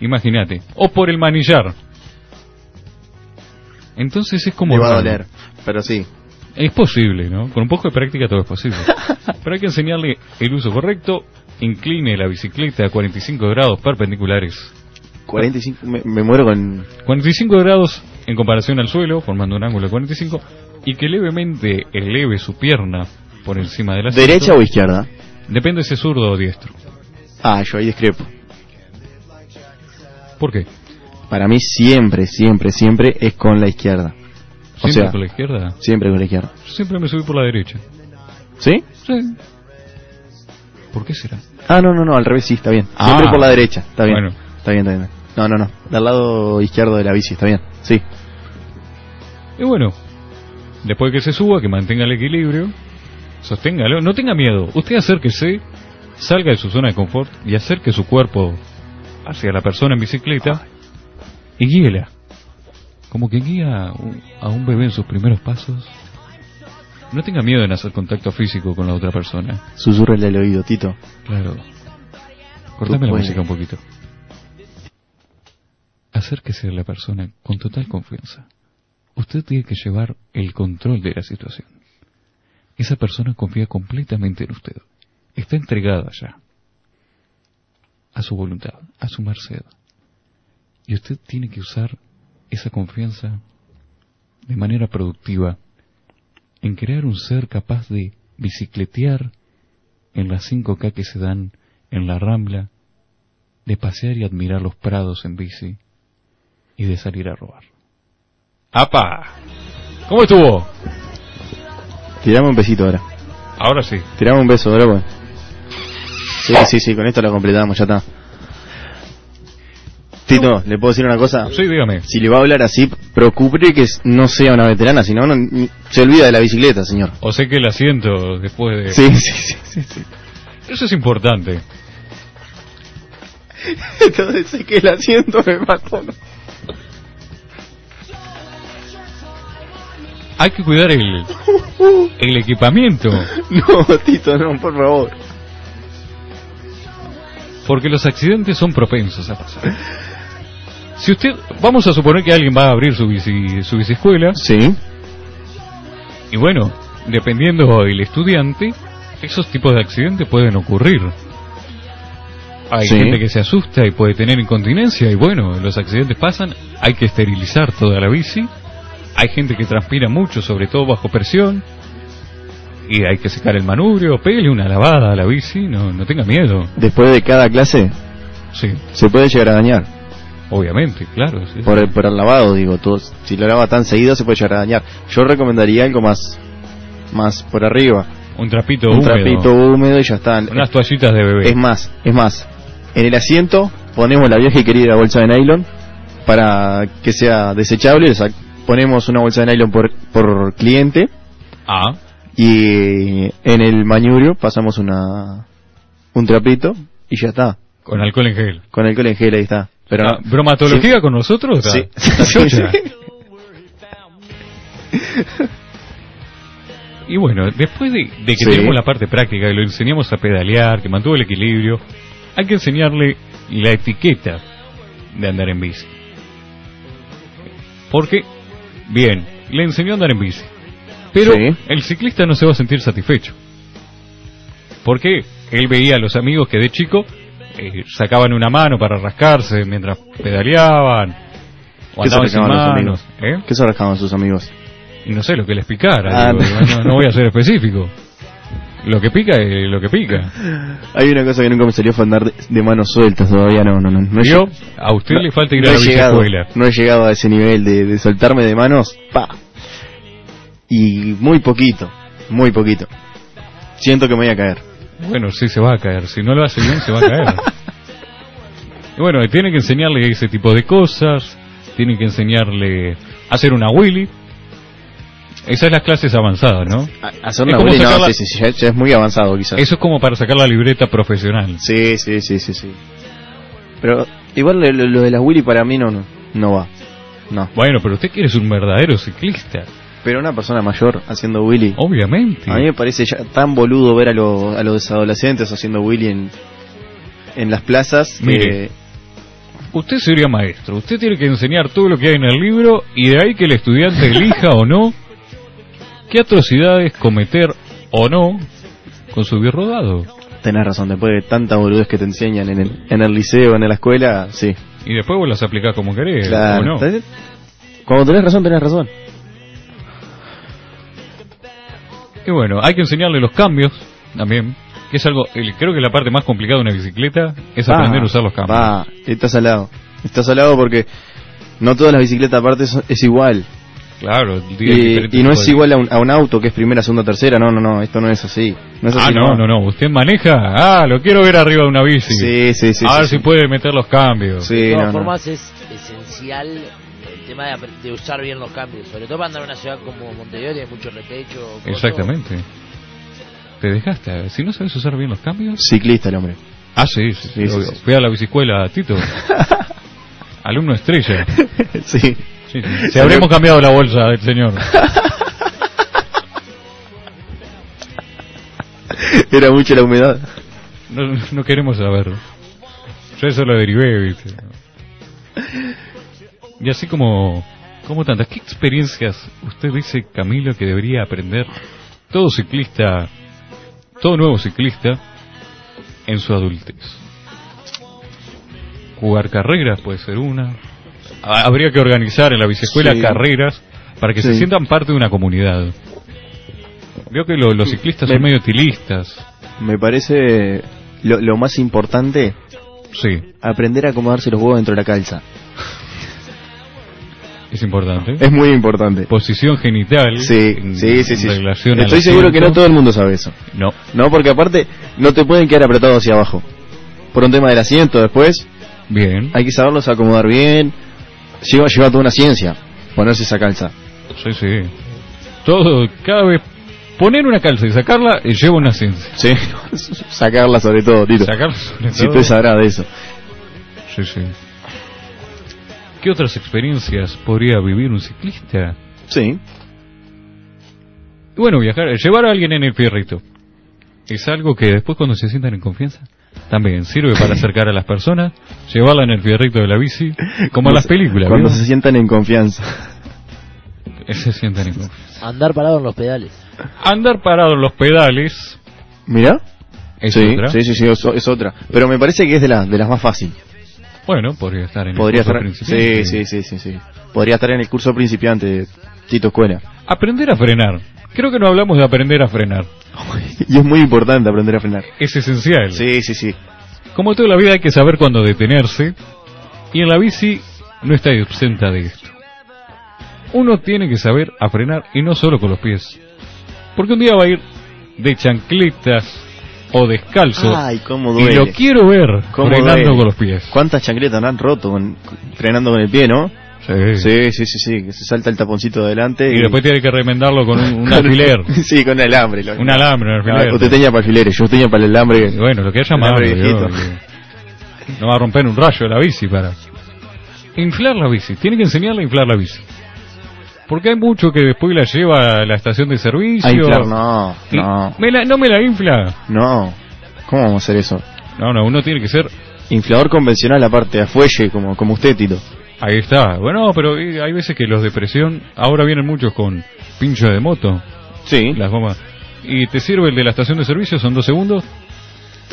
Speaker 2: Imagínate. O por el manillar. Entonces es como...
Speaker 3: Le va a
Speaker 2: raro.
Speaker 3: doler. Pero sí.
Speaker 2: Es posible, ¿no? Con un poco de práctica todo es posible. Pero hay que enseñarle el uso correcto. Incline la bicicleta a 45 grados perpendiculares.
Speaker 3: 45. Me, me muero con.
Speaker 2: 45 grados en comparación al suelo, formando un ángulo de 45. Y que levemente eleve su pierna por encima de la
Speaker 3: ¿Derecha o izquierda?
Speaker 2: Depende si es zurdo o diestro.
Speaker 3: Ah, yo ahí discrepo.
Speaker 2: ¿Por qué?
Speaker 3: Para mí siempre, siempre, siempre es con la izquierda. O
Speaker 2: ¿Siempre
Speaker 3: sea-
Speaker 2: por la izquierda?
Speaker 3: Siempre con la izquierda.
Speaker 2: Yo siempre me subí por la derecha.
Speaker 3: ¿Sí?
Speaker 2: Sí. ¿Por qué será?
Speaker 3: Ah, no, no, no, al revés sí, está bien.
Speaker 2: Ah.
Speaker 3: Siempre por la derecha, está bien.
Speaker 2: Bueno.
Speaker 3: Está bien, está bien. No, no, no. Del lado izquierdo de la bici, está bien. Sí.
Speaker 2: Y bueno, después que se suba, que mantenga el equilibrio, sosténgalo, no tenga miedo. Usted acérquese, salga de su zona de confort y acerque su cuerpo hacia la persona en bicicleta y guíela. Como que guía un- a un bebé en sus primeros pasos. No tenga miedo en hacer contacto físico con la otra persona.
Speaker 3: Susurrele al oído, Tito.
Speaker 2: Claro. Cortame la
Speaker 3: puedes.
Speaker 2: música un poquito. Acérquese a la persona con total confianza. Usted tiene que llevar el control de la situación. Esa persona confía completamente en usted. Está entregada ya. A su voluntad, a su merced. Y usted tiene que usar esa confianza de manera productiva en crear un ser capaz de bicicletear en las 5K que se dan en la Rambla, de pasear y admirar los prados en bici y de salir a robar. ¡Apa! ¿Cómo estuvo?
Speaker 3: Tirame un besito ahora.
Speaker 2: Ahora sí.
Speaker 3: Tirame un beso, ahora pues. Sí, sí, sí, con esto la completamos, ya está. Tito, ¿le puedo decir una cosa?
Speaker 2: Sí, dígame.
Speaker 3: Si le va a hablar así, procure que no sea una veterana, si no, no- ni- se olvida de la bicicleta, señor.
Speaker 2: O sé que el asiento después de...
Speaker 3: Sí, sí, sí, sí. sí.
Speaker 2: Eso es importante.
Speaker 3: Entonces sé que el asiento me mató.
Speaker 2: Hay que cuidar el, el equipamiento,
Speaker 3: No, Tito, no, por favor.
Speaker 2: porque los accidentes son propensos a pasar. Si usted, vamos a suponer que alguien va a abrir su bici, su biciescuela,
Speaker 3: Sí.
Speaker 2: Y bueno, dependiendo del estudiante, esos tipos de accidentes pueden ocurrir. Hay
Speaker 3: Sí.
Speaker 2: gente que se asusta y puede tener incontinencia y bueno, los accidentes pasan, hay que esterilizar toda la bici, hay gente que transpira mucho, sobre todo bajo presión, Y hay que secar el manubrio, pele una lavada a la bici, no, no tenga miedo.
Speaker 3: Después de cada clase,
Speaker 2: Sí,
Speaker 3: se puede llegar a dañar.
Speaker 2: obviamente, claro. sí.
Speaker 3: Por el, por el lavado, digo, todo, si lo lava tan seguido se puede llegar a dañar. Yo recomendaría algo más, más por arriba.
Speaker 2: Un trapito
Speaker 3: un
Speaker 2: húmedo.
Speaker 3: trapito húmedo y ya está.
Speaker 2: Unas toallitas de bebé.
Speaker 3: Es más, es más. En el asiento ponemos la vieja y querida bolsa de nylon para que sea desechable. o sea, ponemos una bolsa de nylon por, por cliente
Speaker 2: Ah,
Speaker 3: y en el mañurio pasamos una un trapito y ya está.
Speaker 2: con alcohol en gel.
Speaker 3: Con alcohol en gel ahí está. Pero
Speaker 2: Ah,
Speaker 3: no-
Speaker 2: ¿Bromatología con nosotros?
Speaker 3: Sí.
Speaker 2: Ah, chucha. Y bueno, después de, de que
Speaker 3: Sí.
Speaker 2: tenemos la parte práctica, que lo enseñamos a pedalear, que mantuvo el equilibrio, hay que enseñarle la etiqueta de andar en bici. Porque, bien, le enseñó a andar en bici. Pero
Speaker 3: Sí.
Speaker 2: el ciclista no se va a sentir satisfecho. Porque él veía a los amigos que de chico eh, sacaban una mano para rascarse mientras pedaleaban. O
Speaker 3: ¿Qué se
Speaker 2: andaban sin
Speaker 3: rascaban los
Speaker 2: manos.
Speaker 3: amigos?
Speaker 2: ¿eh?
Speaker 3: ¿Qué se rascaban sus amigos?
Speaker 2: Y no sé lo que les picara.
Speaker 3: Ah,
Speaker 2: digo,
Speaker 3: no.
Speaker 2: no, no voy a ser específico. Lo que pica es lo que pica.
Speaker 3: Hay una cosa que nunca me salió fue andar de, de manos sueltas todavía. No, no, no. no he
Speaker 2: Yo,
Speaker 3: lleg-
Speaker 2: a usted
Speaker 3: no-
Speaker 2: le falta ir
Speaker 3: no
Speaker 2: a
Speaker 3: he
Speaker 2: la
Speaker 3: llegado,
Speaker 2: escuela.
Speaker 3: No he llegado a ese nivel de, de soltarme de manos. Pa. Y muy poquito, muy poquito. Siento que me voy a caer.
Speaker 2: Bueno, sí se va a caer. Si no lo hace bien, se va a caer. Y bueno, tiene que enseñarle ese tipo de cosas. Tiene que enseñarle a hacer una Willy. Esas son las clases avanzadas, ¿no?
Speaker 3: A- Hacer
Speaker 2: Es
Speaker 3: una
Speaker 2: como
Speaker 3: vuelta no,
Speaker 2: sacarla-
Speaker 3: sí, sí, sí, ya, ya es muy avanzado quizás.
Speaker 2: Eso es como para sacar la libreta profesional.
Speaker 3: Sí, sí, sí, sí, sí. Pero igual lo, lo de las Willy para mí no, no, no va. No.
Speaker 2: Bueno, pero usted quiere ser un verdadero ciclista.
Speaker 3: Pero una persona mayor haciendo Willy.
Speaker 2: Obviamente.
Speaker 3: A mí me parece ya tan boludo ver a, lo- a los adolescentes haciendo Willy en, en las plazas.
Speaker 2: Mire.
Speaker 3: que-
Speaker 2: Usted sería maestro, usted tiene que enseñar todo lo que hay en el libro y de ahí que el estudiante elija o no qué atrocidades cometer o no con su rodado.
Speaker 3: tenés razón, después de tanta boludez que te enseñan en el, en el liceo, en la escuela, sí.
Speaker 2: Y después vos las aplicás como querés,
Speaker 3: Claro.
Speaker 2: ¿o Eh, no?
Speaker 3: Tenés- Cuando tenés razón, tenés razón.
Speaker 2: Y bueno, hay que enseñarle los cambios también, que es algo, el- creo que la parte más complicada de una bicicleta es aprender
Speaker 3: Ah,
Speaker 2: a usar los cambios.
Speaker 3: Ah, estás al lado. Estás al lado porque no todas las bicicletas aparte son- es igual.
Speaker 2: Claro, tiene diferentes
Speaker 3: Y, y no
Speaker 2: tipos
Speaker 3: es
Speaker 2: de-
Speaker 3: igual a un, a un auto que es primera, segunda, tercera. No, no, no, esto no es así. No es
Speaker 2: Ah,
Speaker 3: así,
Speaker 2: no, no, no, usted maneja, ah, lo quiero ver arriba de una bici.
Speaker 3: Sí, sí, sí.
Speaker 2: a
Speaker 3: sí,
Speaker 2: ver
Speaker 3: sí.
Speaker 2: si puede meter los cambios.
Speaker 3: Sí,
Speaker 4: de todas
Speaker 3: no, no.
Speaker 4: formas es esencial el tema de, apre- de usar bien los cambios, sobre todo para andar en una ciudad como Montevideo, que hay mucho repecho. cosas.
Speaker 2: Exactamente. Te desgasta. Si no sabes usar bien los cambios.
Speaker 3: Ciclista el hombre.
Speaker 2: Ah, sí, sí, sí,
Speaker 3: Sí, sí,
Speaker 2: obvio.
Speaker 3: sí.
Speaker 2: Fui a la bicicuela, Tito. Alumno estrella.
Speaker 3: sí.
Speaker 2: Sí, sí. Se habremos cambiado la bolsa del señor.
Speaker 3: Era mucho la humedad.
Speaker 2: No, no queremos saberlo. Yo eso lo derivé, viste. Y así como, como tantas, ¿qué experiencias usted dice, Camilo, que debería aprender todo ciclista, todo nuevo ciclista, en su adultez? Jugar carreras puede ser una. Ha- Habría que organizar en la biciescuela
Speaker 3: Sí.
Speaker 2: carreras para que se
Speaker 3: Sí.
Speaker 2: sientan parte de una comunidad. Veo que lo- los ciclistas son
Speaker 3: Me-
Speaker 2: medio tilistas.
Speaker 3: Me parece lo, lo más importante,
Speaker 2: Sí.
Speaker 3: aprender a acomodarse los huevos dentro de la calza.
Speaker 2: Es importante.
Speaker 3: Es muy importante.
Speaker 2: Posición genital.
Speaker 3: Sí,
Speaker 2: en-
Speaker 3: sí, sí, sí.
Speaker 2: en relación al
Speaker 3: Estoy seguro que no
Speaker 2: asiento.
Speaker 3: todo el mundo sabe eso.
Speaker 2: No.
Speaker 3: No, porque aparte no te pueden quedar apretado hacia abajo. Por un tema del asiento después,
Speaker 2: Bien.
Speaker 3: hay que saberlos acomodar bien. Lleva, lleva toda una ciencia ponerse esa calza.
Speaker 2: Sí, sí. Todo, cada vez. Poner una calza y sacarla eh, lleva una ciencia.
Speaker 3: Sí. Sacarla sobre todo, Tito.
Speaker 2: Sacarla sobre
Speaker 3: Si
Speaker 2: todo-
Speaker 3: usted sabrá de eso.
Speaker 2: Sí, sí. ¿Qué otras experiencias podría vivir un ciclista?
Speaker 3: Sí.
Speaker 2: Y Bueno, viajar, eh, llevar a alguien en el fierrito. Es algo que después cuando se sientan en confianza, también sirve para acercar a las personas, llevarla en el fierrito de la bici, como en las películas.
Speaker 3: Cuando
Speaker 2: ¿vio? Eh,
Speaker 3: se sientan en confianza.
Speaker 2: Se sientan en confianza.
Speaker 4: Andar parado en los pedales.
Speaker 2: Andar parado en los pedales
Speaker 3: ¿Mirá?
Speaker 2: es
Speaker 3: sí,
Speaker 2: otra.
Speaker 3: sí, sí, sí, es, es otra. Pero me parece que es de, la, de las más fáciles.
Speaker 2: Bueno, podría estar en
Speaker 3: Podría
Speaker 2: el curso
Speaker 3: estar. Sí,
Speaker 2: principiante.
Speaker 3: sí, sí, sí, sí. Podría estar en el curso principiante de Tito Escuela.
Speaker 2: Aprender a frenar. Creo que no hablamos de aprender a frenar.
Speaker 3: y es muy importante aprender a frenar.
Speaker 2: Es esencial.
Speaker 3: Sí, sí, sí.
Speaker 2: Como toda la vida hay que saber cuándo detenerse y en la bici no está exenta de esto. Uno tiene que saber a frenar y no solo con los pies. Porque un día va a ir de chancletas o descalzo
Speaker 3: Ay, cómo
Speaker 2: y
Speaker 3: duele.
Speaker 2: lo quiero ver
Speaker 3: Cómo
Speaker 2: frenando
Speaker 3: duele.
Speaker 2: con los pies.
Speaker 3: ¿Cuántas chancletas no han roto con, frenando con el pie, no?
Speaker 2: Sí.
Speaker 3: Sí, sí, sí, sí, que se salta el taponcito de adelante.
Speaker 2: Y después tiene que remendarlo con un, un alfiler,
Speaker 3: sí, con el alambre. lo-
Speaker 2: un alambre, un
Speaker 3: Ah,
Speaker 2: alfiler.
Speaker 3: usted tenía para alfileres, yo tenía para el alambre.
Speaker 2: Y Bueno, lo que haya más.
Speaker 3: Alambre
Speaker 2: digo,
Speaker 3: viejito.
Speaker 2: que No va a romper un rayo de la bici para. Inflar la bici, tiene que enseñarle a inflar la bici. Porque hay mucho que después la lleva a la estación de servicio.
Speaker 3: Ah, inflar, no,
Speaker 2: Y
Speaker 3: no,
Speaker 2: me la- no me la infla.
Speaker 3: no. ¿Cómo vamos a hacer eso?
Speaker 2: No, no, uno tiene que ser.
Speaker 3: Inflador convencional aparte, a fuelle, como, como usted, Tito.
Speaker 2: Ahí está. Bueno, pero eh, hay veces que los de presión. Ahora vienen muchos con pincho de moto.
Speaker 3: Sí.
Speaker 2: Las gomas. Y te sirve el de la estación de servicio, son dos segundos.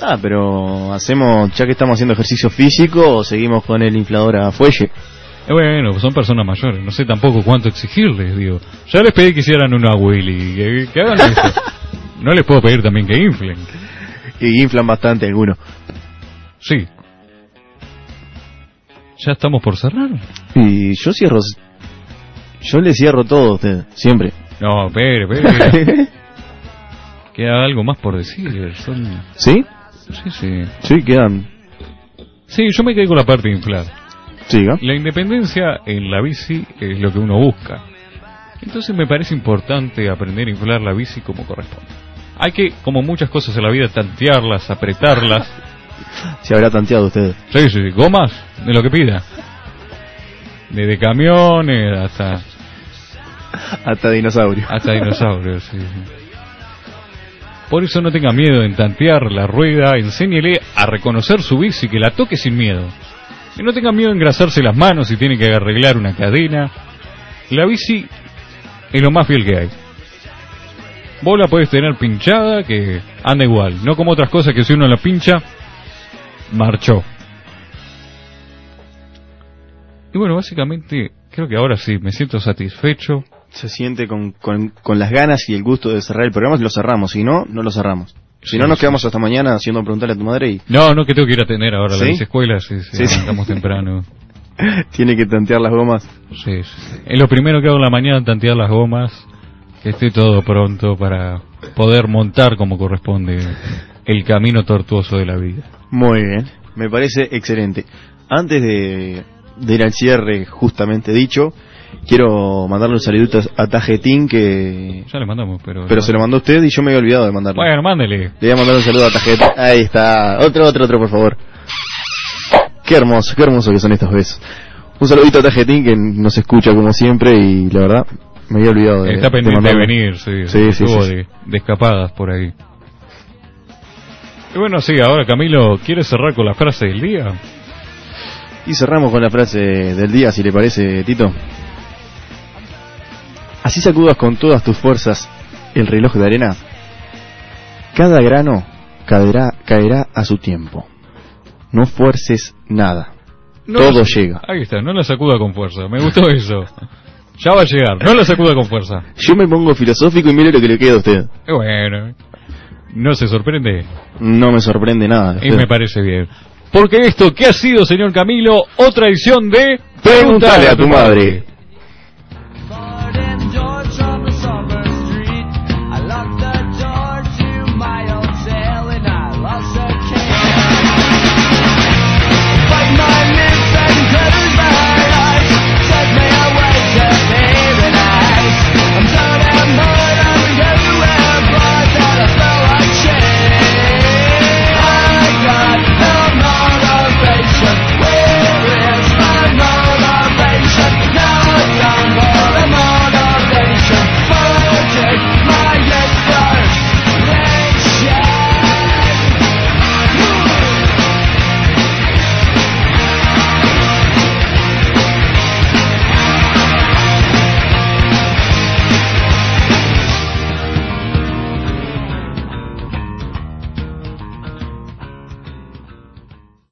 Speaker 3: Ah, pero hacemos, ya que estamos haciendo ejercicio físico, seguimos con el inflador a fuelle.
Speaker 2: Eh, Bueno, son personas mayores, no sé tampoco cuánto exigirles, digo. Ya les pedí que hicieran uno a Willy, que, que hagan eso. No les puedo pedir también que inflen.
Speaker 3: Y inflan bastante algunos.
Speaker 2: Sí. Ya estamos por cerrar.
Speaker 3: Y yo cierro. Yo le cierro todo a usted, siempre.
Speaker 2: No, pero, pero. Queda algo más por decir. Son...
Speaker 3: ¿Sí?
Speaker 2: Sí, sí.
Speaker 3: Sí, quedan.
Speaker 2: Sí, yo me quedé con la parte de inflar.
Speaker 3: Siga.
Speaker 2: La independencia en la bici es lo que uno busca. Entonces me parece importante aprender a inflar la bici como corresponde. Hay que, como muchas cosas en la vida, tantearlas, apretarlas.
Speaker 3: Se habrá tanteado usted.
Speaker 2: Sí, sí, sí, gomas, de lo que pida. Desde camiones hasta,
Speaker 3: Hasta dinosaurio.
Speaker 2: hasta dinosaurios. sí, sí. Por eso no tenga miedo en tantear la rueda, enséñele a reconocer su bici, que la toque sin miedo. Y no tenga miedo en engrasarse las manos si tiene que arreglar una cadena. La bici es lo más fiel que hay. Vos la podés tener pinchada, que anda igual. No como otras cosas que si uno la pincha, marchó. Y bueno, básicamente, creo que ahora sí, me siento satisfecho.
Speaker 3: Se siente con, con, con las ganas y el gusto de cerrar el programa, lo cerramos. Si no, no lo cerramos. Si no, nos quedamos hasta mañana haciendo preguntarle a tu madre y
Speaker 2: No, no, que tengo que ir a tener ahora
Speaker 3: ¿Sí?
Speaker 2: la escuela, sí, sí,
Speaker 3: Sí, sí.
Speaker 2: arrancamos temprano.
Speaker 3: tiene que tantear las gomas.
Speaker 2: Sí, sí, sí. Es lo primero que hago en la mañana, tantear las gomas, que esté todo pronto para poder montar como corresponde el camino tortuoso de la vida.
Speaker 3: Muy bien. Me parece excelente. Antes de, de ir al cierre, justamente dicho, quiero mandarle un saludo a Tajetín que.
Speaker 2: Ya le mandamos, pero...
Speaker 3: Pero se lo mandó usted y yo me había olvidado de mandarlo.
Speaker 2: Bueno, mándele.
Speaker 3: Le voy a mandar un saludo a Tajetín. Ahí está. Otro, otro, otro, por favor. Qué hermoso, qué hermoso que son estos besos. Un saludito a Tajetín que nos escucha como siempre y la verdad me había olvidado de
Speaker 2: Está pendiente de,
Speaker 3: mandarlo.
Speaker 2: venir, sí.
Speaker 3: Sí, sí,
Speaker 2: Estuvo
Speaker 3: sí, sí.
Speaker 2: De, de escapadas por ahí. Y bueno, sí, ahora Camilo, ¿quieres cerrar con la frase del día?
Speaker 3: Y cerramos con la frase del día, si le parece, Tito. Así sacudas con todas tus fuerzas el reloj de arena. Cada grano caerá, caerá a su tiempo. No fuerces nada. Todo
Speaker 2: la-
Speaker 3: llega.
Speaker 2: Ahí está, no la sacuda con fuerza. Me gustó eso. Ya va a llegar, no la sacuda con fuerza.
Speaker 3: Yo me pongo filosófico y mire lo que le queda a usted.
Speaker 2: Y bueno, ¿eh? no se sorprende
Speaker 3: No me sorprende nada. de
Speaker 2: y
Speaker 3: usted.
Speaker 2: me parece bien. Porque esto, ¿qué ha sido, señor Camilo? Otra edición de...
Speaker 3: Preguntale a tu madre.